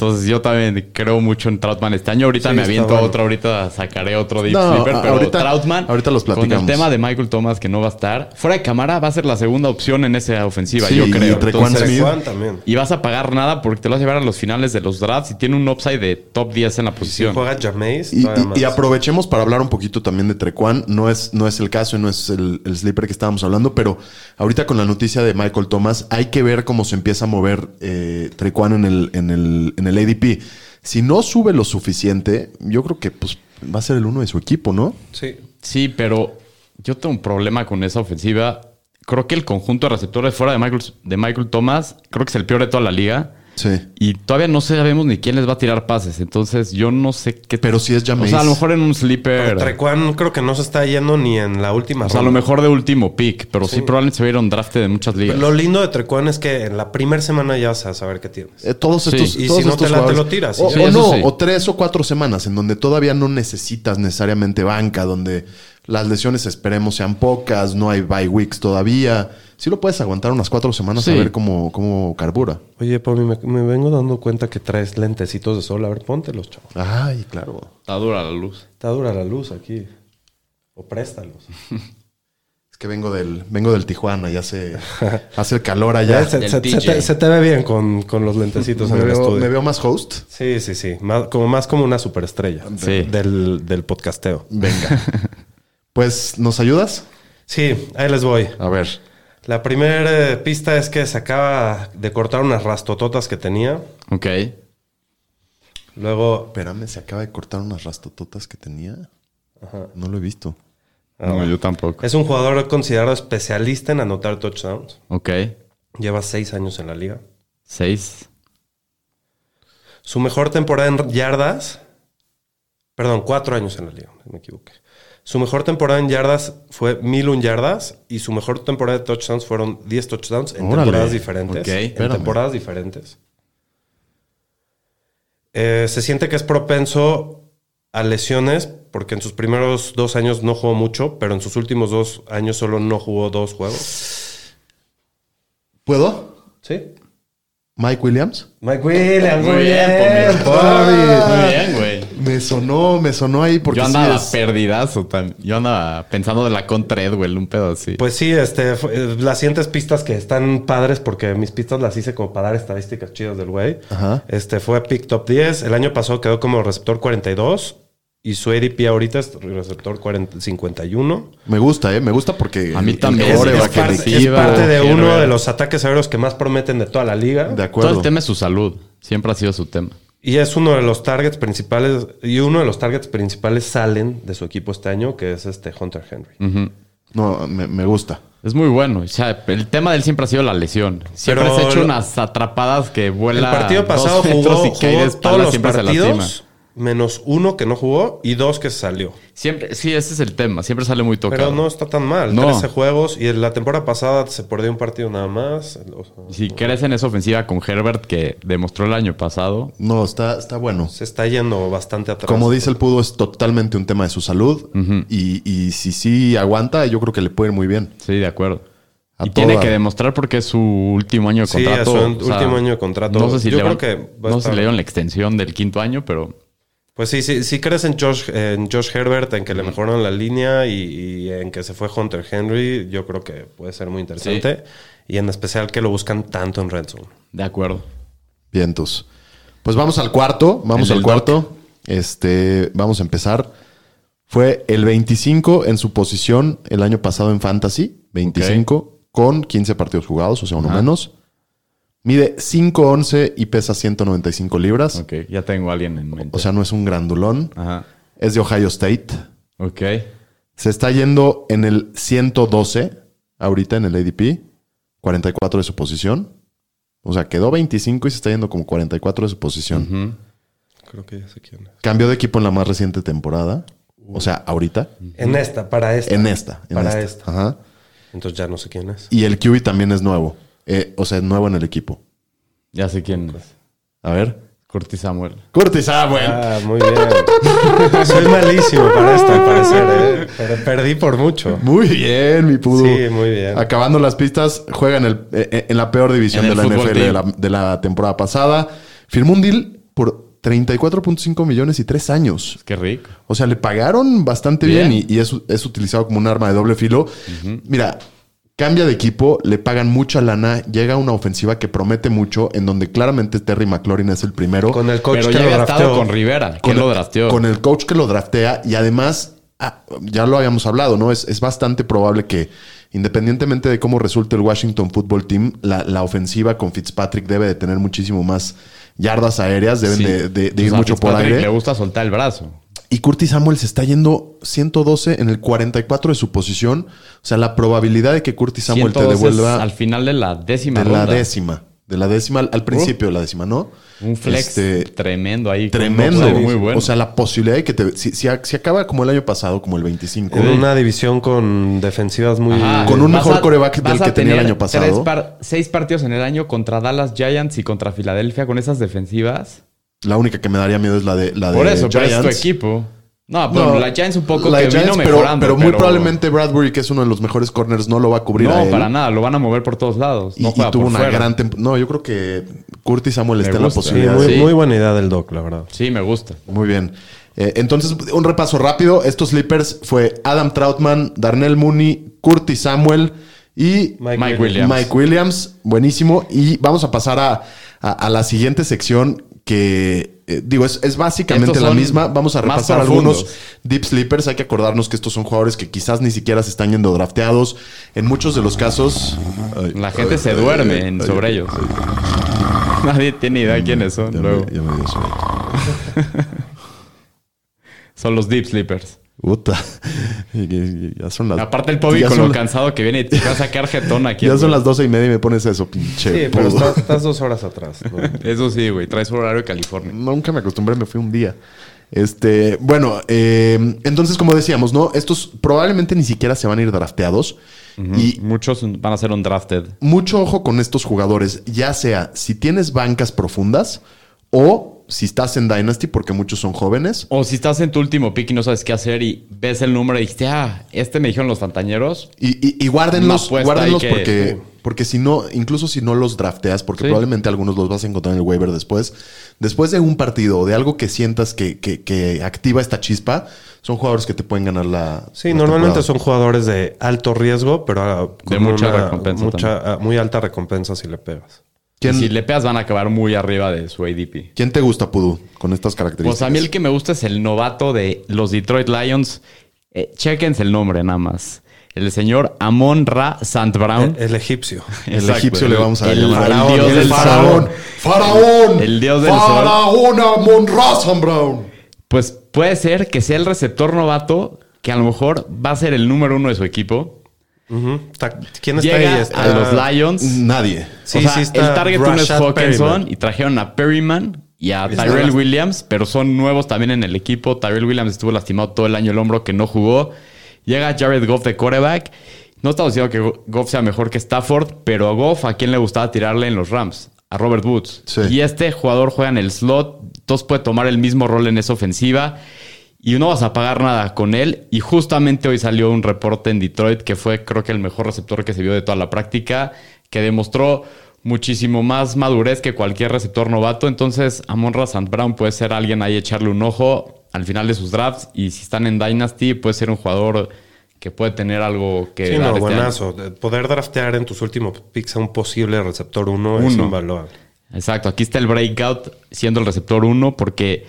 Entonces yo también creo mucho en Troutman este año. Ahorita
Sí,
me
está
aviento
bueno.
otro, ahorita sacaré otro deep
No,
sleeper,
a-
pero
ahorita-
Troutman,
ahorita los
con
platicamos.
el tema de Michael Thomas que no va a estar, fuera de cámara va a ser la segunda opción en esa ofensiva,
Sí,
yo
y
creo.
Tre'Quan
Entonces,
Smith.
Trequan también.
y vas a pagar nada porque te lo vas a llevar a los finales de los drafts y tiene un upside de top 10 en la
Si
posición.
juega Jameis,
Y,
todavía
y-
más.
y aprovechemos para hablar un poquito también de Trecuán. No es, no es el caso y no es el, el sleeper que estábamos hablando, pero ahorita con la noticia de Michael Thomas, hay que ver cómo se empieza a mover eh, Trecuán en el, en, el, en el ADP. Si no sube lo suficiente, yo creo que pues, va a ser el uno de su equipo, ¿no?
Sí.
Sí, pero yo tengo un problema con esa ofensiva. Creo que el conjunto de receptores fuera de Michael, de Michael Thomas, creo que es el peor de toda la liga.
Sí.
Y todavía no sabemos ni quién les va a tirar pases. Entonces yo no sé qué.
Pero si es
O
Jameis.
sea, a lo mejor en un
Pero
sleeper.
Trequan creo que no se está yendo ni en la última
O sea, Pues a lo
ronda.
mejor de último pick. Pero sí, probablemente se vieron draft de muchas ligas.
Lo lindo de Trequan es que en la primera semana ya vas a saber qué tienes.
Eh, todos
Sí.
estos.
Y
todos
si no
estos
te late,
jugadores-
lo tiras.
O,
Sí,
o
eso
no,
sí.
o tres o cuatro semanas en donde todavía no necesitas necesariamente banca, donde las lesiones esperemos sean pocas, no hay bye weeks todavía. Sí lo puedes aguantar unas cuatro semanas a
Sí.
ver cómo, cómo carbura.
Oye, Pablo, me, me vengo dando cuenta que traes lentecitos de sol. A ver, póntelos, chavo.
Ay, claro.
Está dura la luz.
Está dura la luz aquí. O préstalos.
Es que vengo del, vengo del Tijuana, ya se hace el calor allá.
se,
el
se- se
DJ.
te, se te ve bien con, con los lentecitos en
me,
el
veo,
estudio.
me veo más host.
Sí, sí, sí. Más- como más como una superestrella
Sí.
del, del podcasteo.
Venga. pues, ¿nos ayudas?
Sí, ahí les voy.
A ver.
La primera pista es que se acaba de cortar unas rastototas que tenía.
Ok.
Luego,
Espérame, se acaba de cortar unas rastototas que tenía. No lo he visto.
no, yo tampoco.
ah, es un jugador considerado especialista en anotar touchdowns.
Ok.
Lleva seis años en la liga.
Seis.
Su mejor temporada en yardas. Perdón, cuatro años en la liga, me equivoqué. Su mejor temporada en yardas fue 1001 yardas y su mejor temporada de touchdowns fueron 10 touchdowns en
Órale.
temporadas diferentes.
Ok,
en
espérame.
temporadas diferentes. Eh, se siente que es propenso a lesiones porque en sus primeros dos años no jugó mucho, pero en sus últimos dos años solo no jugó dos juegos.
¿Puedo?
Sí.
Mike Williams.
Mike Williams, muy
Pomi.
bien. eh,
Muy bien, güey.
Me sonó, me sonó ahí porque
Yo
sí
andaba
es-
perdidazo también. Yo andaba pensando de la contra Edwell, un pedo así.
Pues sí, este, fu- eh, las siguientes pistas que están padres, porque mis pistas las hice como para dar estadísticas chidas del güey.
Ajá.
Este fue pick top 10. El año pasado quedó como receptor 42 y su ADP ahorita es receptor 40 51.
Me gusta, eh, me gusta porque
A mí
el
también.
Es,
Órale,
es
coreback
que
parte,
elegí-
elegido,
es parte de
quiero
uno
ver.
de los ataques aéreos que más prometen de toda la liga.
de
Todo
acuerdo.
el tema es su salud. Siempre ha sido su tema.
Y es uno de los targets principales. Y uno de los targets principales salen de su equipo este año, que es este Hunter Henry.
No, me, me gusta.
Es muy bueno. O sea, el tema de él siempre ha sido la lesión. Siempre
Pero
se ha hecho
lo-
unas atrapadas que
El
vuela.
partido
dos
pasado
metros
jugó,
y cae de
jugó
espalda,
todos los
siempre se lastima.
partidos, menos uno que no jugó y dos que se salió.
Siempre, sí, ese es el tema. Siempre sale muy tocado.
Pero no está tan mal.
No.
13 juegos y en la temporada pasada se perdió un partido nada más. O sea,
Y Si crees en esa ofensiva con Herbert que demostró el año pasado,
No, está, está bueno.
se está yendo bastante atrás.
Como dice el Pudo, es totalmente un tema de su salud. y, y si sí aguanta, yo creo que le puede ir muy bien.
sí, de acuerdo.
A
y tiene
toda.
que demostrar porque es su último año de
Sí,
contrato.
es su
o sea,
último año de contrato.
No sé si,
Yo
le,
creo
van-
que va a
no sé si
estar-
le dieron la extensión del quinto año, pero
Pues sí, sí, sí crees en Josh, en Josh Herbert, en que le mejoraron la línea y, y en que se fue Hunter Henry, yo creo que puede ser muy interesante. Y en especial que lo buscan tanto en Red Zone.
de acuerdo.
Vientos. Pues vamos al cuarto, vamos
El
al
del
cuarto. Este, vamos a empezar. Fue el 25 en su posición el año pasado en Fantasy, 25 con 15 partidos jugados, o sea, uno menos. Mide 5'11 y pesa 195 libras.
Ok, ya tengo a alguien en mente.
O sea, no es un grandulón.
Ajá.
Es de Ohio State.
Ok.
Se está yendo en el 112 ahorita en el ADP, 44 de su posición. O sea, quedó 25 y se está yendo como 44 de su posición.
Creo que ya sé quién es.
Cambió de equipo en la más reciente temporada. O sea, ahorita.
En esta, para esta.
En esta. en
para
esta.
esta.
Ajá.
Entonces ya no sé quién es.
Y el QB también es nuevo. Eh, o sea, es nuevo en el equipo.
Ya sé quién es.
A ver.
Curtis Samuel.
Curtis Samuel.
Ah, muy bien. Soy malísimo para esto, al parecer. ¿eh? Pero perdí por mucho.
Muy bien, mi pudo.
Sí, muy bien.
Acabando las pistas, juega en, el, eh, en la peor división
En
de
el
la
fútbol
NFL
team.
de la, de la temporada pasada. Firmó un deal por 34.5 millones y tres años.
Qué rico.
O sea, le pagaron bastante bien,
Bien.
y, y es, es utilizado como un arma de doble filo. Mira, cambia de equipo, le pagan mucha lana, llega una ofensiva que promete mucho, en donde claramente Terry McLaurin es el primero.
Con el coach
Pero
que
ya
lo
había estado
drafteó.
con Rivera. ¿Quién
el-
lo drafteó?
Con el coach que lo draftea y además, ah, ya lo habíamos hablado, ¿no? Es, es bastante probable que, independientemente de cómo resulte el Washington Football Team, la, la ofensiva con Fitzpatrick debe de tener muchísimo más yardas aéreas, deben
Sí.
de, de- de
O
ir
sea,
mucho por
Fitzpatrick
aire.
Le gusta soltar el brazo.
Y Curtis Samuel se está yendo 112 en el 44 de su posición. O sea, la probabilidad de que Curtis Samuel te
112 es
devuelva
al final de la décima
de la
ronda. Uh.
décima. De la décima al, al principio de la décima, ¿no?
Un flex
Este,
tremendo ahí.
tremendo.
Muy bueno.
O sea, la posibilidad de que te... Si, si ac- si acaba como el año pasado, como el 25.
Con una división con defensivas muy.
Ajá.
con un
Ah, Vas
mejor
a-
coreback
vas
del
a
que tenía el
tener
año pasado.
tres par- seis partidos en el año contra Dallas Giants y contra Filadelfia con esas defensivas.
La única que me daría miedo es la de la
Por
de
eso, pero es tu
Giants.
equipo. No,
No,
pero la Giants un poco
la
que
de Giants,
vino
pero-
mejorando.
Pero, muy probablemente Bradbury, que es uno de los mejores corners, no lo va a cubrir a
No,
él.
para nada. Lo van a mover por todos lados.
Y,
No
y
juega
tuvo
por
una
fuera.
gran temporada. No, yo creo que Curtis Samuel
Me
está en la
gusta.
Sí,
posibilidad.
muy,
Sí.
muy buena idea del Doc, la verdad.
Sí, me gusta.
Muy bien. Eh, entonces, un repaso rápido. Estos sleepers fue Adam Troutman, Darnell Mooney, Curtis Samuel y
Mike
Mike
Williams.
Williams.
Mike Williams. Buenísimo. Y vamos a pasar a, a- a la siguiente sección que, eh, digo, es, es básicamente
Estos
la
son
misma. Vamos a
más
repasar
profundos.
algunos deep sleepers. Hay que acordarnos que estos son jugadores que quizás ni siquiera se están yendo drafteados. En muchos de los casos... ay,
La gente
ay,
se
ay,
duerme
ay,
en-
ay,
sobre
ay,
ellos.
ay,
Nadie tiene idea quiénes son.
ya me-
luego.
ya me dio sueño.
Son los Deep Sleepers.
Puta. Ya son las.
Aparte el Pobi
ya
con
son
lo
la-
cansado que viene, te va a sacar jetón aquí.
Ya son
güey.
las doce y media y me pones eso, pinche.
Sí, pero
pudo.
estás, estás dos horas atrás. ¿no?
Eso sí, güey. Traes horario de California.
Nunca me acostumbré, me fui un día. Este, bueno, eh, entonces, como decíamos, ¿no? Estos probablemente ni siquiera se van a ir drafteados. Y
Muchos van a ser undrafted.
mucho ojo con estos jugadores, ya sea si tienes bancas profundas o si estás en Dynasty, porque muchos son jóvenes.
O si estás en tu último pick y no sabes qué hacer y ves el número y dijiste, ah, este me dijeron los pantañeros.
Y, y- y
Una
guárdenlos,
apuesta
guárdenlos
ahí que-
porque, porque si no, incluso si no los drafteas, porque
Sí.
probablemente algunos los vas a encontrar en el waiver después, después de un partido o de algo que sientas que, que- que activa esta chispa, son jugadores que te pueden ganar la.
Sí,
la
normalmente
temporada.
son jugadores de alto riesgo, pero ah, con
De mucha recompensa
mucha, ah, muy alta recompensa si le pegas.
Y
¿Quién,
si le pegas van a acabar muy arriba de su ADP.
quién te gusta, Pudu, con estas características?
Pues a mí el que me gusta es el novato de los Detroit Lions. Eh, chéquense el nombre nada más. El señor Amon Ra Sant Brown.
E-, El, el egipcio.
Eh, El
Exacto,
egipcio le vamos a
el
llamar.
faraón,
el dios del faraón. Faraón.
El dios del sol.
Faraón Amon Ra Sam Brown.
Pues puede ser que sea el receptor novato que a lo mejor va a ser el número uno de su equipo.
Ujú. Está- ¿Quién está ahí?
Llega
Está- Mm,
a los Lions.
Nadie.
Sí,
o sea,
sí, está
el target uno es
Rashad
Hawkinson
Perryman.
y trajeron a Perryman y a Tyrell Williams, pero son nuevos también en el equipo. Tyrell Williams estuvo lastimado todo el año el hombro que no jugó. Llega Jared Goff de quarterback. No estamos diciendo que Goff sea mejor que Stafford, pero a Goff, ¿a quién le gustaba tirarle en los Rams? A Robert Woods.
Sí.
Y este jugador juega en el slot, entonces puede tomar el mismo rol en esa ofensiva y no vas a pagar nada con él. Y justamente hoy salió un reporte en Detroit que fue, creo que, el mejor receptor que se vio de toda la práctica, que demostró muchísimo más madurez que cualquier receptor novato. Entonces, Amon St. Brown puede ser alguien ahí echarle un ojo al final de sus drafts. Y si están en Dynasty, puede ser un jugador que puede tener algo que.
Sí,
dar
no,
este año.
buenazo. De Poder draftear en tus últimos picks a un posible receptor 1 es
Uno.
invaluable.
Exacto, aquí está el breakout siendo el receptor 1 porque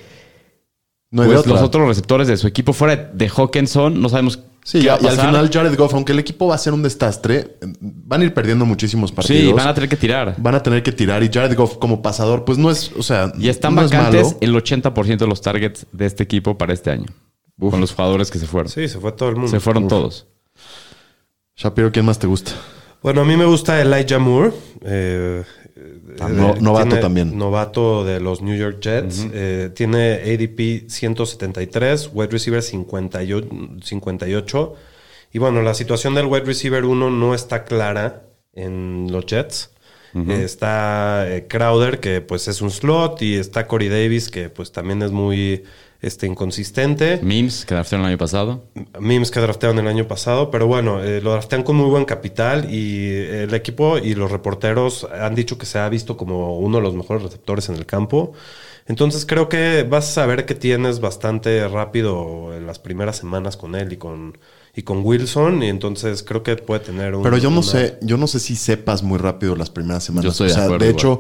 No hay de
pues,
otra.
los otros receptores de su equipo fuera de Hawkinson no sabemos
Sí,
qué
y
va
al
a pasar.
final Jared Goff, aunque el equipo va a ser un desastre, eh, van a ir perdiendo muchísimos partidos.
Sí, van a tener que tirar.
van a tener que tirar. Y Jared Goff como pasador, pues no es, o sea,
Y están
no es
vacantes
malo.
el 80% de los targets de este equipo para este año. Con los jugadores que se fueron.
Sí, se fue todo el mundo.
se fueron todos.
Shapiro, ¿quién más te gusta?
Bueno, a mí me gusta Elijah Moore. eh, eh,
Ah, No-
eh,
novato
tiene-
también.
Novato de los New York Jets. Eh, tiene ADP 173, wide receiver 58, 58. Y bueno, la situación del wide receiver 1 no está clara en los Jets. Eh, Está eh, Crowder, que pues es un slot, y está Corey Davis, que pues también es muy este, inconsistente.
Mims, que draftearon el año pasado.
Mims que draftearon el año pasado, pero bueno, eh, lo draftean con muy buen capital y eh, el equipo y los reporteros han dicho que se ha visto como uno de los mejores receptores en el campo. Entonces creo que vas a ver que tienes bastante rápido en las primeras semanas con él y con, y con Wilson, y entonces creo que puede tener un...
Pero yo no
una-
sé, yo no sé si sepas muy rápido las primeras semanas.
Yo estoy
o
de
sea,
acuerdo,
de hecho,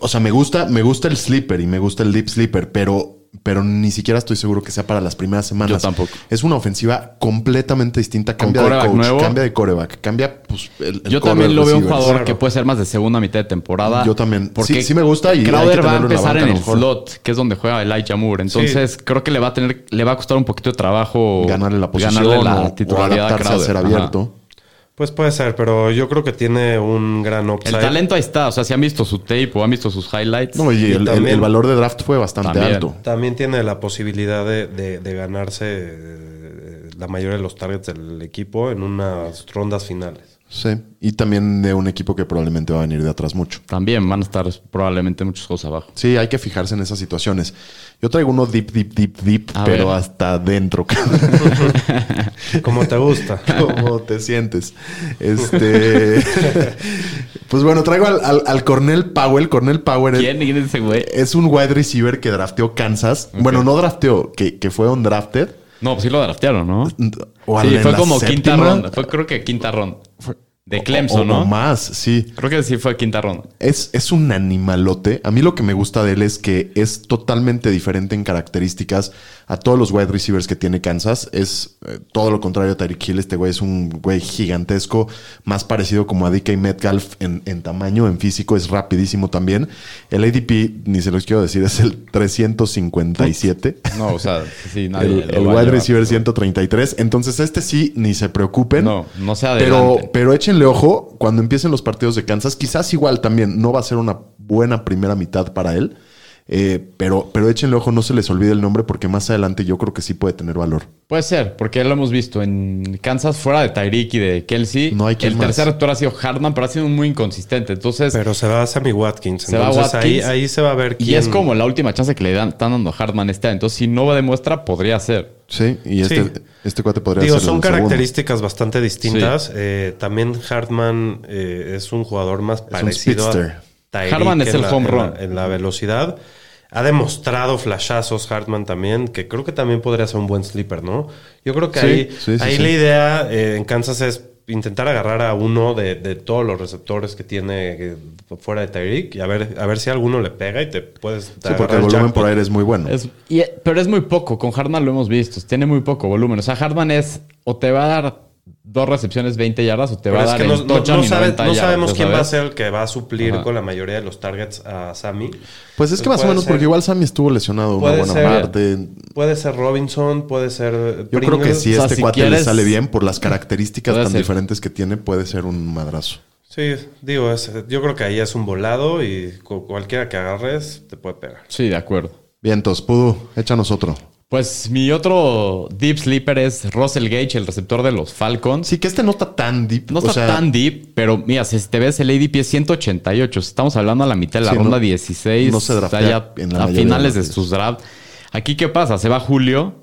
o sea, me gusta, me gusta el sleeper y me gusta el deep sleeper, pero pero ni siquiera estoy seguro que sea para las primeras semanas.
Yo tampoco.
Es una ofensiva completamente distinta.
Con
Cambia de
quarterback
coach,
nuevo.
cambia de coreback, cambia pues, el, el corner
Yo también lo veo un
receiver.
jugador
Claro.
que puede ser más de segunda mitad de temporada.
Yo también. Sí, sí me gusta y hay que
Crowder va a
tenerlo en la
empezar
banca,
en,
a
el
lo mejor.
slot, que es donde juega Elijah Moore. Entonces, creo que le va a tener, le va a costar un poquito de trabajo
Ganarle la posición
ganarle la
o- o
titularidad a
adaptarse a
Crowder.
ser
Ajá.
abierto.
Pues puede ser, pero yo creo que tiene un gran
El
upside.
talento ahí está. O sea, si han visto su tape o han visto sus highlights.
No, y,
Y
el, el-
también-
el valor de draft fue bastante
También.
alto.
También tiene la posibilidad de, de- de ganarse eh, la mayoría de los targets del equipo en unas rondas finales.
Sí. Y también de un equipo que probablemente va a venir de atrás mucho.
También van a estar probablemente muchos juegos abajo.
Sí, hay que fijarse en esas situaciones. Yo traigo uno deep, deep, deep, deep,
A
pero
ver.
hasta adentro.
Como te gusta.
¿Cómo te sientes? Este. pues bueno, traigo al, al, al Cornell Powell. Cornell Powell es-
¿Quién? ¿Quién es ese güey?
es un wide receiver que drafteó Kansas. Bueno, no drafteó, que, que fue un drafted.
No, pues sí lo draftearon, ¿no?
O al-
sí,
en
fue
la
como quinta
séptima.
ronda. Fue creo que quinta ronda. De
O-
Clemson,
o
¿no?
más, sí.
Creo que sí fue quinta ronda.
Es, es un animalote. A mí lo que me gusta de él es que es totalmente diferente en características a todos los wide receivers que tiene Kansas. Es eh, todo lo contrario a Tyreek Hill. Este güey es un güey gigantesco, más parecido como a DK Metcalf en, en tamaño, en físico. Es rapidísimo también. El ADP, ni se los quiero decir, es el 357.
No, o sea, sí,
El,
nadie.
el
lo va a
wide
llevar.
receiver 133. Entonces, este sí, ni se preocupen.
No, no se adelanten.
Pero, pero échenle ojo cuando empiecen los partidos de Kansas. Quizás igual también no va a ser una buena primera mitad para él. Eh, pero, pero échenle ojo, no se les olvide el nombre porque más adelante yo creo que sí puede tener valor.
Puede ser, porque lo hemos visto en Kansas, fuera de Tyreek y de Kelsey.
No hay quien
El
más.
tercer actor ha sido Hardman, pero ha sido muy inconsistente. Entonces,
Pero se va a Sammy Watkins.
Se va
Entonces
Watkins.
Ahí, ahí se va a ver quién.
y es como la última chance que le dan, están dando a Hardman este año. Entonces, si no demuestra, podría ser.
Sí, y este,
Sí.
este cuate podría
Digo,
ser
son
el segundo.
características bastante distintas. Eh, también Hartman eh, es un jugador más parecido
speedster.
a Tyreek
Hartman es
en
el
la-
home
en la-
run.
en la velocidad. Ha demostrado flashazos Hartman también, que creo que también podría ser un buen sleeper, ¿no? Yo creo que
Sí,
ahí,
sí, sí,
ahí
sí.
la idea eh, en Kansas es intentar agarrar a uno de, de todos los receptores que tiene eh, fuera de Tyreek y a ver, a ver si alguno le pega y te puedes...
Sí, porque el volumen por aire es muy bueno.
Es- y- pero es muy poco. Con Hardman lo hemos visto. Tiene muy poco volumen. O sea, Hardman es o te va a dar dos recepciones, 20 yardas, o te va a
Pero es
dar
que
el
no, no-
touchdown
no
y
sabe-
90
no
yardas,
sabemos
ya
quién va a
sabes.
ser el que va a suplir
Ajá.
con la mayoría de los targets a Sammy.
Pues es que
Pues
más o
puede
menos,
ser.
porque igual Sammy estuvo lesionado una
Puede
buena
ser.
parte.
Puede ser Robinson, puede ser.
Yo creo que si
O sea,
este
si
cuate le
quieres-
sale bien, por las características
Puede
tan
ser.
diferentes que tiene, puede ser un madrazo.
Sí, digo, es- yo creo que ahí es un volado y cu- cualquiera que agarres te puede pegar.
Sí, de acuerdo.
Bien, entonces, Pudu, échanos otro.
Pues mi otro deep sleeper es Russell Gage, el receptor de los Falcons.
Sí, que este no está tan deep.
No
o
está
sea,
tan deep, pero mira, si te ves el ADP es 188. Estamos hablando a la mitad de la
Sí,
ronda
no-
16.
no se draftea
está ya
en la
a
mayoría de
finales de
las
sus drafts. Aquí, ¿qué pasa? Se va Julio.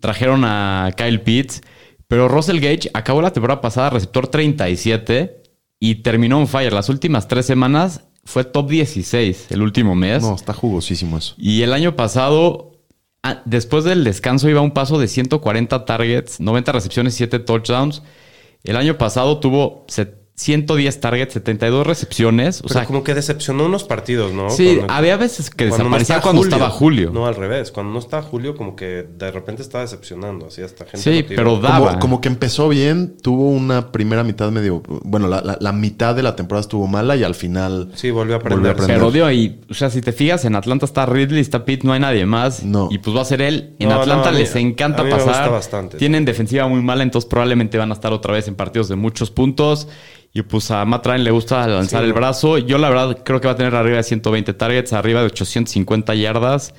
Trajeron a Kyle Pitts. Pero Russell Gage acabó la temporada pasada receptor 37 y terminó en fire. Las últimas tres semanas fue top 16 el último mes.
No, está jugosísimo eso.
Y el año pasado, ah, después del descanso, iba a un paso de 140 targets, 90 recepciones, 7 touchdowns. El año pasado tuvo se- 110 targets, 72 recepciones. O
Pero
sea,
como que decepcionó unos partidos, ¿no?
sí,
Cuando-
había veces que
cuando no
desaparecía
está
cuando estaba Julio.
No, al revés. Cuando no está Julio, como que de repente está decepcionando. Así hasta gente.
sí,
lo tira.
pero daba.
Como, como que empezó bien, tuvo una primera mitad medio. Bueno, la, la- la mitad de la temporada estuvo mala y al final.
Sí, volvió
Volvió a
a aprender.
aprender.
pero dio, y, o sea, si te fijas, en Atlanta está Ridley, está Pitt, no hay nadie más.
No.
Y pues va a ser él. En
No, no,
Atlanta
a mí-
les encanta
a mí me
pasar.
gusta bastante.
Tienen defensiva muy mala, entonces probablemente van a estar otra vez en partidos de muchos puntos. Y pues a Matt Ryan le gusta lanzar
Sí,
el
no.
brazo. Yo la verdad creo que va a tener arriba de 120 targets, arriba de 850 yardas.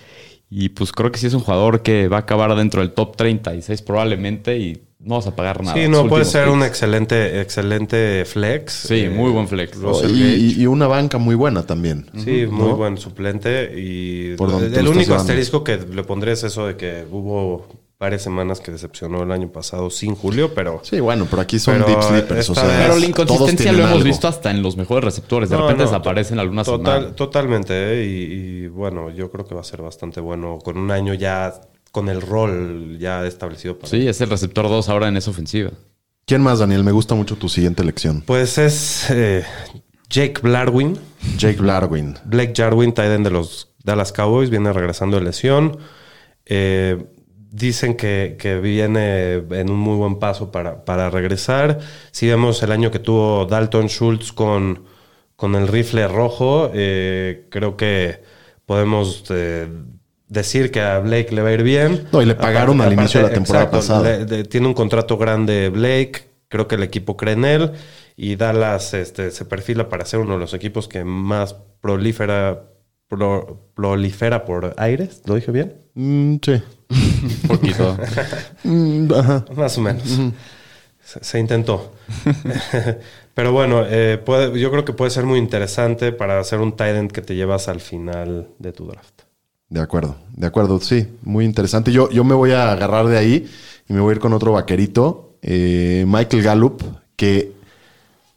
Y pues creo que sí es un jugador que va a acabar dentro del top 36 probablemente y no vas a pagar nada.
Sí,
Los
no, puede
últimos
ser
picks.
un excelente, excelente flex. eh,
Sí, muy buen flex.
Russell
y,
Gage.
y- y una banca muy buena también.
Sí, muy
¿no?
buen suplente. Y
Por donde tú
el
estás
único
llevando.
asterisco que le pondré es eso de que hubo varias semanas que decepcionó el año pasado sin Julio, pero
Sí, bueno, pero aquí son
Pero
deep sleepers. O sea,
esta vez-
Pero la
todos
inconsistencia
tienen
lo hemos
algo.
visto hasta en los mejores receptores. De
No,
repente
no,
desaparecen algunas
total-
semanas.
Totalmente, ¿eh? y, y, bueno, yo creo que va a ser bastante bueno con un año ya con el rol ya establecido para
Sí, es el receptor 2 ahora en esa ofensiva.
¿Quién más, Daniel? Me gusta mucho tu siguiente elección.
Pues es eh, Jake Blarwin,
Jake Blarwin.
Blake Jarwin, tight end de los Dallas Cowboys, viene regresando de lesión. Eh, dicen que, que viene en un muy buen paso para, para regresar. Si vemos el año que tuvo Dalton Schultz con, con el rifle rojo, eh, creo que podemos eh, decir que a Blake le va a ir bien.
No, y le pagaron al inicio de la temporada pasada.
le- de- tiene un contrato grande Blake, creo que el equipo cree en él y Dallas este, se perfila para ser uno de los equipos que más prolifera, pro- prolifera por aires, ¿lo dije bien?
Mm, sí.
Un poquito.
Mm, ajá.
Más o menos. Se, se intentó. Pero bueno, eh, puede- yo creo que puede ser muy interesante para hacer un tight end que te llevas al final de tu draft.
De acuerdo, de acuerdo, sí, muy interesante. Yo, yo me voy a agarrar de ahí y me voy a ir con otro vaquerito, eh, Michael Gallup, que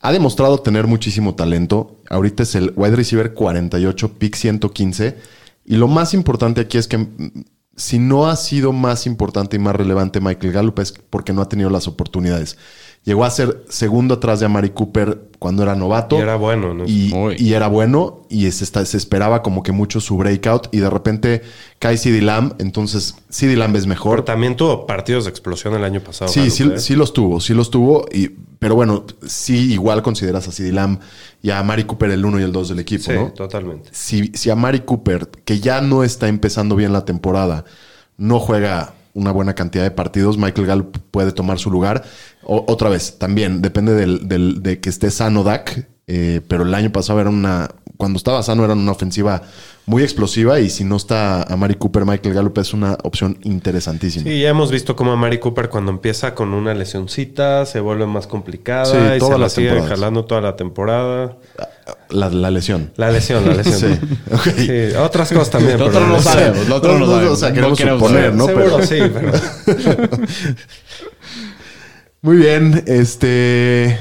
ha demostrado tener muchísimo talento. Ahorita es el wide receiver 48, pick 115. Y lo más importante aquí es que mm, si no ha sido más importante y más relevante Michael Gallup es porque no ha tenido las oportunidades. Llegó a ser segundo atrás de Amari Cooper cuando era novato.
Y era bueno, ¿no?
Y,
Muy.
y era bueno y se, está- se esperaba como que mucho su breakout y de repente cae CD Lamb, entonces CD Lamb es mejor.
Pero también tuvo partidos de explosión el año pasado.
Sí,
Gallup,
sí,
¿eh?
sí los tuvo, sí los tuvo, y, pero bueno, sí igual consideras a CD Lamb y a Mari Cooper el 1 y el 2 del equipo,
Sí,
¿no?
totalmente.
Si, si a Mari Cooper, que ya no está empezando bien la temporada, no juega una buena cantidad de partidos, Michael Gallup puede tomar su lugar. O- otra vez, también depende del, del- de que esté sano Dak, eh, pero el año pasado era una, cuando estaba sano era una ofensiva muy explosiva y si no está a Mari Cooper, Michael Gallup es una opción interesantísima.
Sí, ya hemos visto cómo a Mary Cooper cuando empieza con una lesioncita se vuelve más complicada
Sí,
y
todas
se la
las
siguen
temporadas.
jalando toda la temporada.
La, la lesión.
La lesión, la lesión.
Sí, ok.
Sí, otras cosas también.
Lo
pero-
otro no sabemos, lo otro no
O
sabemos.
sea,
No
queremos
queremos
suponer,
saber.
¿no?
Seguro,
Pero-
sí, pero...
Muy bien, este...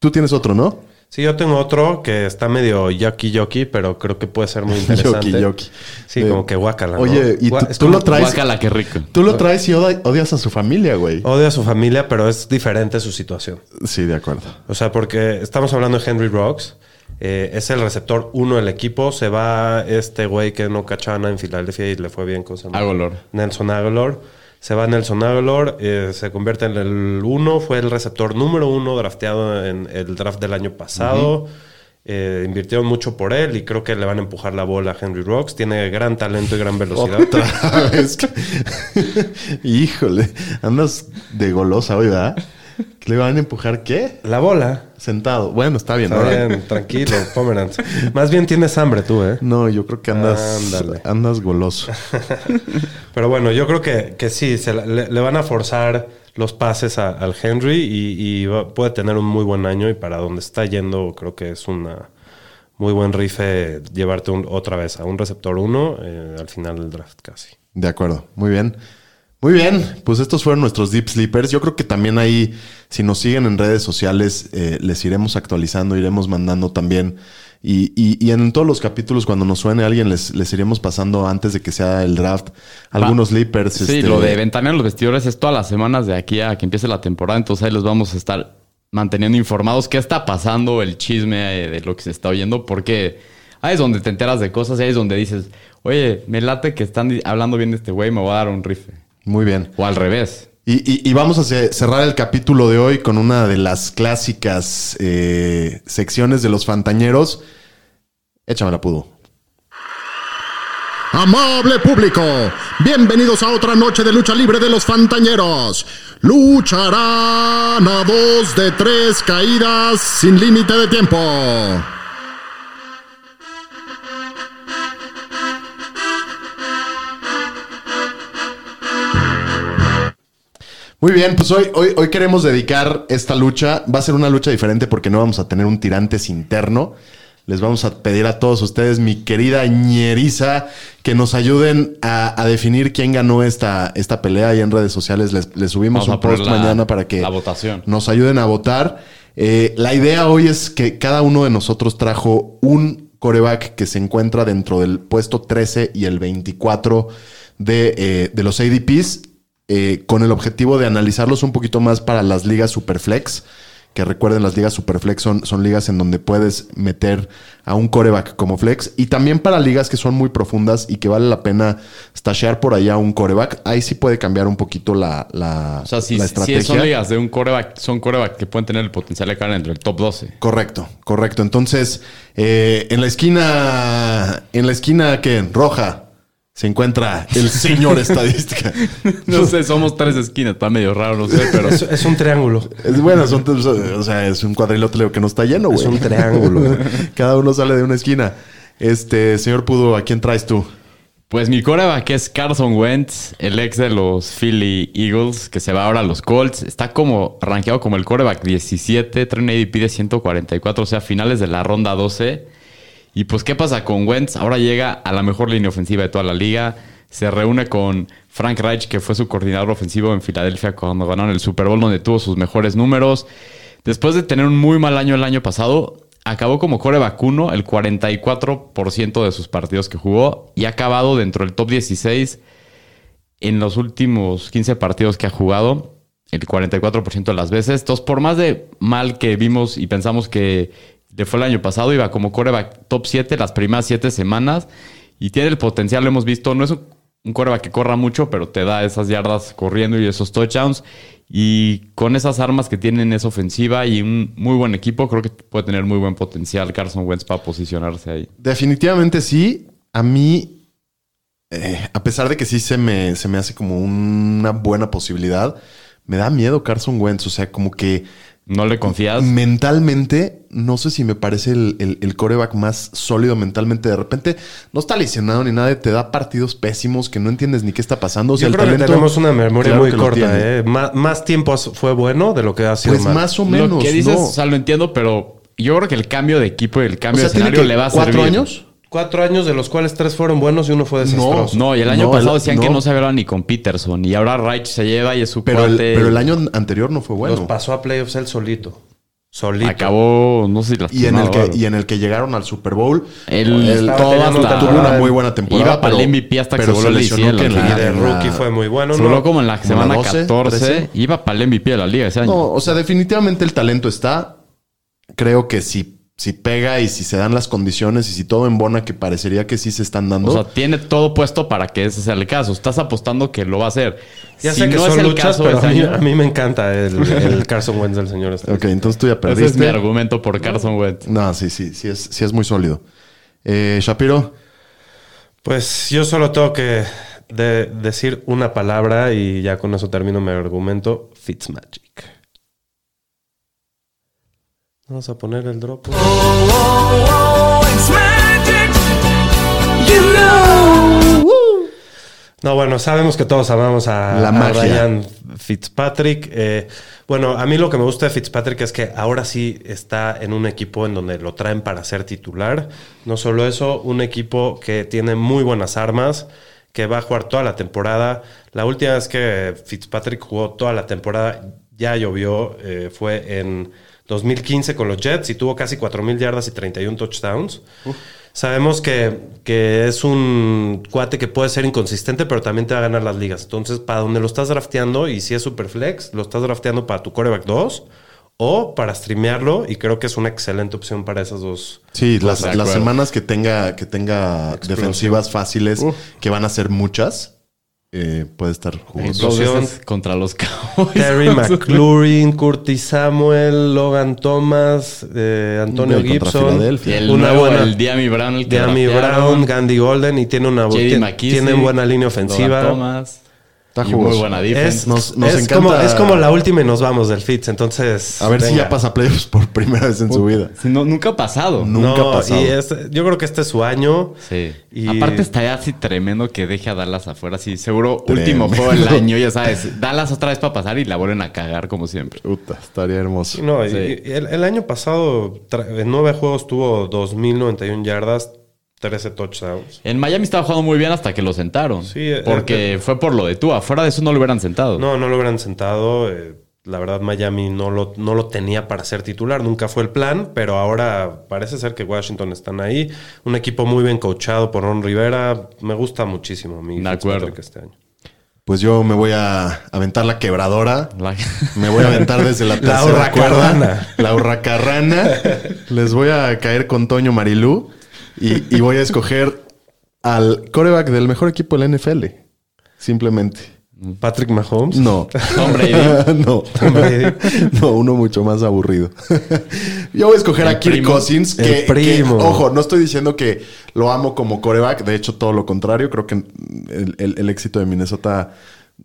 Tú tienes otro, ¿no?
Sí, yo tengo otro que está medio yoki yoki, pero creo que puede ser muy interesante.
Yoki, yoki.
Sí,
Eh,
como que guácala. ¿no?
Oye, y
Gua-
tú,
es
tú
como-
lo traes...
Guácala, qué rico.
Tú lo traes y oda- odias a su familia, güey.
Odio a su familia, pero es diferente su situación.
Sí, de acuerdo.
O sea, porque estamos hablando de Henry Rocks. eh, es el receptor uno del equipo. Se va este güey que no cachaba nada en Filadelfia y le fue bien con San-
Aguilar.
Nelson Aguilar. Se va Nelson Aguilar, eh, se convierte en el uno, fue el receptor número uno drafteado en el draft del año pasado. Eh, invirtieron mucho por él y creo que le van a empujar la bola a Henry Rocks. Tiene gran talento y gran velocidad.
Otra vez. Híjole, andas de golosa hoy, ¿verdad? ¿Le van a empujar qué?
La bola.
Sentado. Bueno, está bien.
Está
¿verdad?
bien, tranquilo, Pomeranz. Más bien tienes hambre tú, ¿eh?
No, yo creo que andas,
Ándale.
andas goloso.
Pero bueno, yo creo que, que sí, se la- le, le van a forzar los pases a- al Henry y, y va- puede tener un muy buen año y para donde está yendo creo que es una muy buen rife llevarte un- otra vez a un receptor 1 al final del draft casi.
De acuerdo, muy bien. Muy bien, pues estos fueron nuestros Deep Sleepers. Yo creo que también ahí, si nos siguen en redes sociales, eh, les iremos actualizando, iremos mandando también. Y, y- y en todos los capítulos, cuando nos suene alguien, les, les iremos pasando antes de que sea el draft algunos Sleepers.
Sí,
este,
lo de ventanear en los vestidores es todas las semanas de aquí a que empiece la temporada. Entonces ahí los vamos a estar manteniendo informados qué está pasando, el chisme eh, de lo que se está oyendo, porque ahí es donde te enteras de cosas y ahí es donde dices, oye, me late que están di- hablando bien de este güey, me voy a dar un rifle.
Muy bien.
O al revés.
Y, y- y vamos a ce- cerrar el capítulo de hoy con una de las clásicas eh, secciones de los fantañeros. Échamela, pudo.
Amable público, bienvenidos a otra noche de lucha libre de los Fantañeros. Lucharán a dos de tres caídas sin límite de tiempo.
Muy bien, pues hoy, hoy, hoy queremos dedicar esta lucha. Va a ser una lucha diferente porque no vamos a tener un tirantes interno. Les vamos a pedir a todos ustedes, mi querida ñeriza, que nos ayuden a, a definir quién ganó esta, esta pelea y en redes sociales. Les, les subimos
Vamos a
un post
poner la-
mañana para que
la votación.
nos ayuden a votar. Eh, la idea hoy es que cada uno de nosotros trajo un coreback que se encuentra dentro del puesto 13 y el 24 de, eh, de los ADPs, eh, con el objetivo de analizarlos un poquito más para las ligas Superflex. Que recuerden, las ligas Superflex son, son ligas en donde puedes meter a un coreback como flex. Y también para ligas que son muy profundas y que vale la pena stashear por allá un coreback. Ahí sí puede cambiar un poquito la, la,
O sea, si,
la
si son ligas de un coreback, son coreback que pueden tener el potencial de caer entre el top 12.
Correcto, correcto. Entonces, eh, en la esquina, en la esquina que roja se encuentra el señor estadística.
No sé, somos tres esquinas, está medio raro, no sé, pero...
Es, es un triángulo.
Es bueno, son- o sea, es un cuadrilátero que no está lleno, güey.
Es un triángulo.
Cada uno sale de una esquina. Este, señor Pudo, ¿a quién traes tú?
Pues mi coreback es Carson Wentz, el ex de los Philly Eagles, que se va ahora a los Colts. Está como rankeado como el coreback 17, trae un ADP de 144, o sea, finales de la ronda 12. Y pues, ¿qué pasa con Wentz? Ahora llega a la mejor línea ofensiva de toda la liga. Se reúne con Frank Reich, que fue su coordinador ofensivo en Filadelfia cuando ganaron el Super Bowl, donde tuvo sus mejores números. Después de tener un muy mal año el año pasado, acabó como core vacuno el 44% de sus partidos que jugó y ha acabado dentro del top 16 en los últimos 15 partidos que ha jugado, el 44% de las veces. Entonces, por más de mal que vimos y pensamos que le fue el año pasado, iba como coreback top 7 las primeras 7 semanas y tiene el potencial, lo hemos visto. No es un, un coreback que corra mucho, pero te da esas yardas corriendo y esos touchdowns. Y con esas armas que tiene en esa ofensiva y un muy buen equipo, creo que puede tener muy buen potencial Carson Wentz para posicionarse ahí.
Definitivamente sí. A mí, eh, a pesar de que sí se me, se me hace como una buena posibilidad, me da miedo Carson Wentz. O sea, como que
¿No le confías?
Mentalmente, no sé si me parece el, el- el coreback más sólido mentalmente. De repente, no está lesionado ni nada, te da partidos pésimos que no entiendes ni qué está pasando. O sea,
Yo
el
creo que
talento,
tenemos una memoria
claro
muy
que lo
corta.
tiene.
¿eh? Má- más tiempo as- fue bueno de lo que ha sido
Pues
mal.
más o
lo
menos.
que dices,
no.
o sea, lo entiendo, pero yo creo que el cambio de equipo y el
O
cambio
sea,
de
tiene
escenario
que
le va a
cuatro
servir.
años.
Cuatro años de los cuales tres fueron buenos y uno fue desastroso.
No, y el año
No,
pasado
el-
decían que
no.
no se hablaba ni con Peterson. Y ahora Reich se lleva y es su
Pero el,
cuate.
pero el año anterior no fue
Los
bueno.
pasó a playoffs él solito. Solito.
Acabó, no sé si
Y en,
lastimado
el
o
que,
algo.
y en el que llegaron al Super Bowl,
Él estaba
todas
teniendo
las- tuvo una
una temporada-
muy buena temporada.
iba para el
pero-
MVP hasta que
pero
se voló
se
el
lesionó
ICL
que
al
en la-
Y
final.
de
en la-
rookie fue muy bueno.
Se
¿no?
voló como en la
como
semana
la 12,
14.
13.
Iba para el MVP de la liga ese año.
No, o sea, definitivamente el talento está. Creo que si, si pega y si se dan las condiciones y si todo embona, que parecería que sí se están dando.
O sea, tiene todo puesto para que ese sea el caso. Estás apostando que lo va a hacer.
Ya
si
sé que
no
son
es el
luchas,
caso
pero
este
a mí,
año,
a mí me encanta el, el Carson Wentz del señor. este.
ok, entonces tú ya
ese es mi
perdiste.
argumento por Carson Wentz.
no, sí, sí, sí es, sí es muy sólido. Eh, Shapiro,
Pues yo solo tengo que de- decir una palabra y ya con eso termino mi argumento. Fitzmagic. Vamos a poner el drop. No, bueno, sabemos que todos amamos a,
La
a
magia.
Ryan Fitzpatrick. Eh, bueno, a mí lo que me gusta de Fitzpatrick es que ahora sí está en un equipo en donde lo traen para ser titular. No solo eso, un equipo que tiene muy buenas armas, que va a jugar toda la temporada. La última vez que Fitzpatrick jugó toda la temporada ya llovió, eh, fue en 2015 con los Jets y tuvo casi 4.000 yardas y 31 touchdowns. Sabemos que, que es un cuate que puede ser inconsistente, pero también te va a ganar las ligas. Entonces, para donde lo estás drafteando, y si es super flex, lo estás drafteando para tu coreback 2 o para streamearlo, y creo que es una excelente opción para esas dos.
sí, las,
de
las
acuerdo.
semanas que tenga, que tenga defensivas fáciles, que van a ser muchas, eh, puede estar jugoso.
Dos
Explosión.
veces contra los Cowboys.
Terry McLaurin, Curtis Samuel, Logan Thomas, eh, Antonio
Contra
Gibson,
Filadelfia.
Y el
una
nuevo,
buena
el Diami Brown. El que
Dami
draftearon,
Brown, Gandhi Golden, y tiene una bu-
JD
tien-
McKissick,
tienen buena línea ofensiva.
Logan Thomas,
Está
y muy
jugoso.
buena
Es,
defensa.
Nos- nos
es
encanta-
como, es como la última y nos vamos del Fitz, entonces.
A ver si
venga.
ya pasa playoffs por primera vez en su vida.
Si no, nunca ha pasado.
Nunca
No,
ha pasado.
y este- yo creo que este es su año.
Sí.
Y-
Aparte estaría así tremendo que deje a Dallas afuera. Sí, seguro
Tremendo.
último juego del año, ya sabes. Dallas otra vez para pasar y la vuelven a cagar como siempre.
Puta, estaría hermoso.
No, y-
Sí.
y el, el año pasado tra- en nueve juegos tuvo 2.091 yardas, 13 touchdowns.
En Miami estaba jugando muy bien hasta que lo sentaron.
Sí, eh,
porque fue por lo de tú. Afuera de eso no lo hubieran sentado.
No, no lo hubieran sentado. eh, la verdad, Miami no lo, no lo tenía para ser titular, nunca fue el plan, pero ahora parece ser que Washington están ahí. Un equipo muy bien coachado por Ron Rivera. Me gusta muchísimo a mí.
De acuerdo.
Fitzpatrick Este año.
Pues yo me voy a aventar la quebradora.
La-
Me voy a aventar desde la tercera cuerda.
hurracarrana.
La hurracarrana. Les voy a caer con Toño Marilú y, y voy a escoger al coreback del mejor equipo de la NFL. Simplemente.
Patrick Mahomes.
No.
Tom Brady.
no.
Brady.
no, uno mucho más aburrido. Yo voy a escoger
El
a Kirk
primo.
Cousins.
El
Que,
primo.
que, ojo, no estoy diciendo que lo amo como coreback. De hecho, todo lo contrario. Creo que el, el- el éxito de Minnesota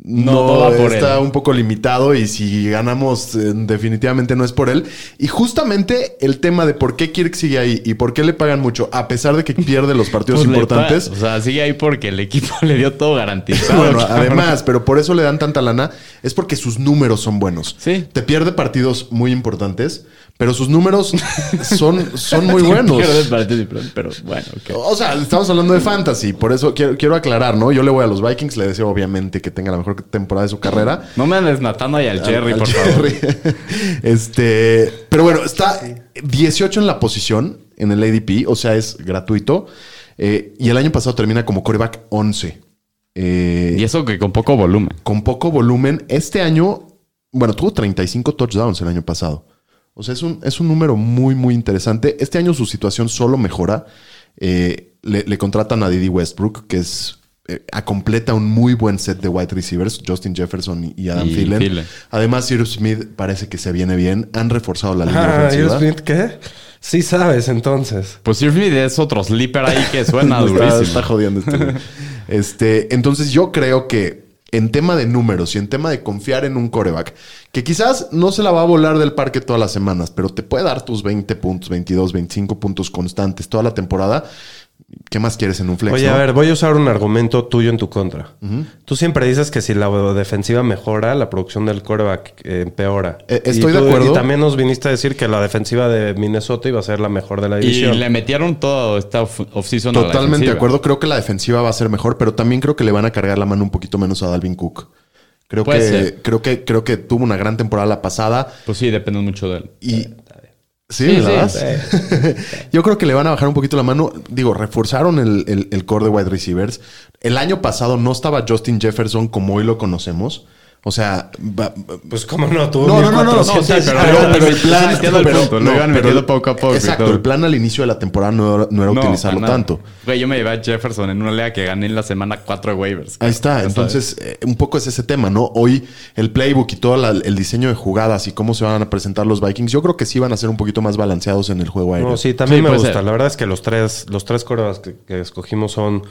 no,
No, no va por
está
él.
un poco limitado. Y si ganamos, eh, definitivamente no es por él. Y justamente el tema de por qué Kirk sigue ahí y por qué le pagan mucho, a pesar de que pierde los partidos
Pues le
importantes.
pa- O sea, sigue ahí porque el equipo le dio todo garantizado.
Bueno,
cabrón.
además, pero por eso le dan tanta lana, es porque sus números son buenos.
Sí.
Te pierde partidos muy importantes, pero sus números son, son muy buenos.
Pero es para ti, pero- pero bueno, ok.
O sea, estamos hablando de fantasy, por eso quiero, quiero aclarar, ¿no? Yo le voy a los Vikings, le deseo obviamente que tenga la mejor temporada de su carrera.
No me andes matando ahí al Jerry,
Al
por favor.
Jerry. Este, pero bueno, está 18 en la posición en el ADP, o sea, es gratuito. Eh, y el año pasado termina como coreback 11. Eh,
Y eso que con poco volumen.
con poco volumen. Este año, bueno, tuvo 35 touchdowns el año pasado. O sea, es un, es un número muy, muy interesante. Este año su situación solo mejora. Eh, le, le contratan a Didi Westbrook, que es eh, a- completa un muy buen set de wide receivers, Justin Jefferson y Adam
Y
Thielen.
Thielen.
Además, Sir Smith parece que se viene bien. Han reforzado la línea
Ah,
ofensiva.
Smith, ¿qué? Sí sabes, entonces.
Pues Sir Smith es otro sleeper ahí que suena
No, está,
durísimo.
está jodiendo este. güey. este, entonces yo creo que en tema de números y en tema de confiar en un coreback, que quizás no se la va a volar del parque todas las semanas, pero te puede dar tus 20 puntos, 22, 25 puntos constantes toda la temporada. ¿Qué más quieres en un flex?
Oye,
no?
a ver, voy a usar un argumento tuyo en tu contra. Tú siempre dices que si la defensiva mejora, la producción del coreback eh, empeora.
Eh,
Y
estoy de acuerdo.
Y también nos viniste a decir que la defensiva de Minnesota iba a ser la mejor de la
Y
división.
le metieron todo esta off- offseason a la
Totalmente de
defensiva.
acuerdo. Creo que la defensiva va a ser mejor, pero también creo que le van a cargar la mano un poquito menos a Dalvin Cook. Creo
Puede
que,
ser.
creo que, creo que tuvo una gran temporada la pasada.
Pues sí, depende mucho de él.
Y. Sí, la das. Yo creo que le van a bajar un poquito la mano. Digo, reforzaron el, el- el core de wide receivers. El año pasado no estaba Justin Jefferson como hoy lo conocemos. O sea, va- va-
Pues cómo no, tú.
no, no, no, no,
1400,
sí, sí,
pero-
pero,
pero-
pero el
sí, sí,
plan.
entiendo el punto, lo iban
pero-
metiendo poco a poco y
Exacto,
todo.
el plan al inicio de la temporada no era, no era
No,
utilizarlo
para nada.
tanto.
Güey, yo me llevé a Jefferson en una liga que gané en la semana 4 de waivers.
Ahí está. Entonces, eh, un poco es ese tema, ¿no? Hoy el playbook y todo la- el diseño de jugadas y cómo se van a presentar los Vikings, yo creo que sí van a ser un poquito más balanceados en el juego aéreo.
No, sí, también
Sí,
me
puede
gusta.
ser.
La verdad es que los tres, los tres corebacks que, que escogimos son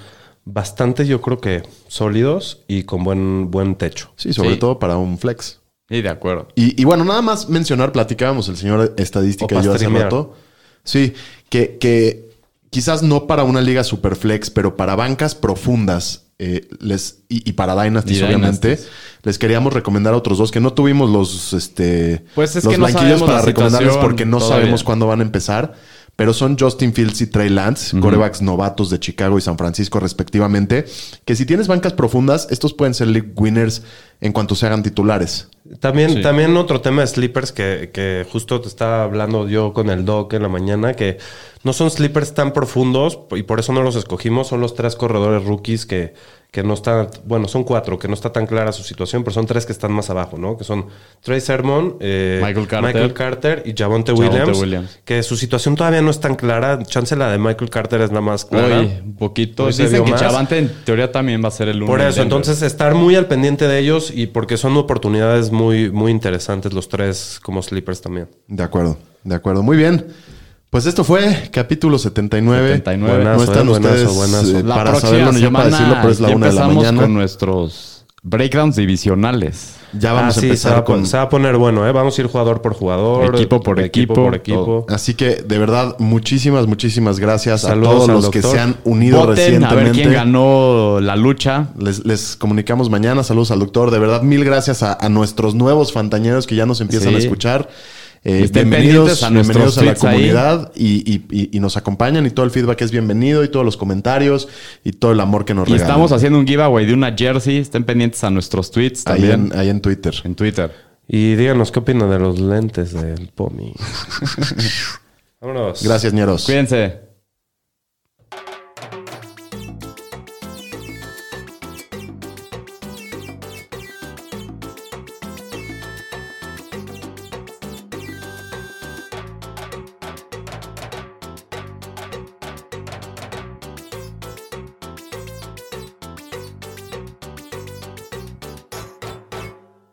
bastante, yo creo que sólidos y con buen, buen techo.
Sí, sobre
Sí.
todo para un flex.
Sí, de acuerdo.
Y, y bueno, nada más mencionar, platicábamos el señor estadística
O
y yo hace
pastremear.
rato. Sí, que, que quizás no para una liga super flex, pero para bancas profundas eh, les, y, y para Dynasty,
Y
obviamente,
dynasties.
les queríamos recomendar a otros dos que no tuvimos los, este,
Pues es
los
que no
blanquillos
sabemos
para
la
recomendarles
situación
porque no
todavía.
sabemos cuándo van a empezar. Pero son Justin Fields y Trey Lance, corebacks novatos de Chicago y San Francisco, respectivamente. Que si tienes bancas profundas, estos pueden ser league winners en cuanto se hagan titulares.
También,
Sí.
también otro tema de sleepers que, que justo te estaba hablando yo con el doc en la mañana, que no son sleepers tan profundos y por eso no los escogimos. Son los tres corredores rookies que, que no están, bueno, son cuatro, que no está tan clara su situación, pero son tres que están más abajo, ¿no? Que son Trey Sermon, eh,
Michael Carter.
Carter y Javonte
Javonte
Williams,
Williams.
que su situación todavía no es tan clara. Chance la de Michael Carter es la más clara.
Hoy, un poquito.
Hoy pues se
Dicen
vio
que
más.
Chavante en teoría también va a ser el uno
Por
en
eso,
Denver.
entonces estar muy al pendiente de ellos y porque son oportunidades muy, muy interesantes los tres como sleepers también.
De acuerdo, de acuerdo. Muy bien. Pues esto fue capítulo 79.
79.
no
Buenazo,
están
eh, buenazo,
ustedes
buenazo.
eh,
La
para
próxima
saberlo ni yo para
semana
decirlo, pero es la
ya
una de la
empezamos
mañana.
con nuestros breakdowns divisionales.
Ya vamos
Ah,
a
sí, se va,
empezar
a pon-
con.
se va a poner bueno, ¿eh? Vamos a ir jugador por jugador.
Equipo por equipo,
por equipo.
todo.
Así que de verdad, muchísimas, muchísimas gracias
Saludos
a todos
al
los que
doctor.
se han unido
Voten a
recientemente.
ver quién ganó la lucha.
Les, les comunicamos mañana. Saludos al doctor. De verdad, mil gracias a, a nuestros nuevos fantañeros que ya nos empiezan
Sí.
a escuchar. Eh,
Estén
bienvenidos,
pendientes a
bienvenidos
nuestros
a la
tweets ahí.
comunidad y, y- y- y nos acompañan y todo el feedback es bienvenido y todos los comentarios y todo el amor que nos
Y
regalan.
estamos haciendo un giveaway de una jersey. Estén pendientes a nuestros tweets
ahí
también.
en, ahí en Twitter.
en Twitter.
Y díganos qué opinan de los lentes del POMI. Vámonos.
Gracias, Ñeros.
Cuídense.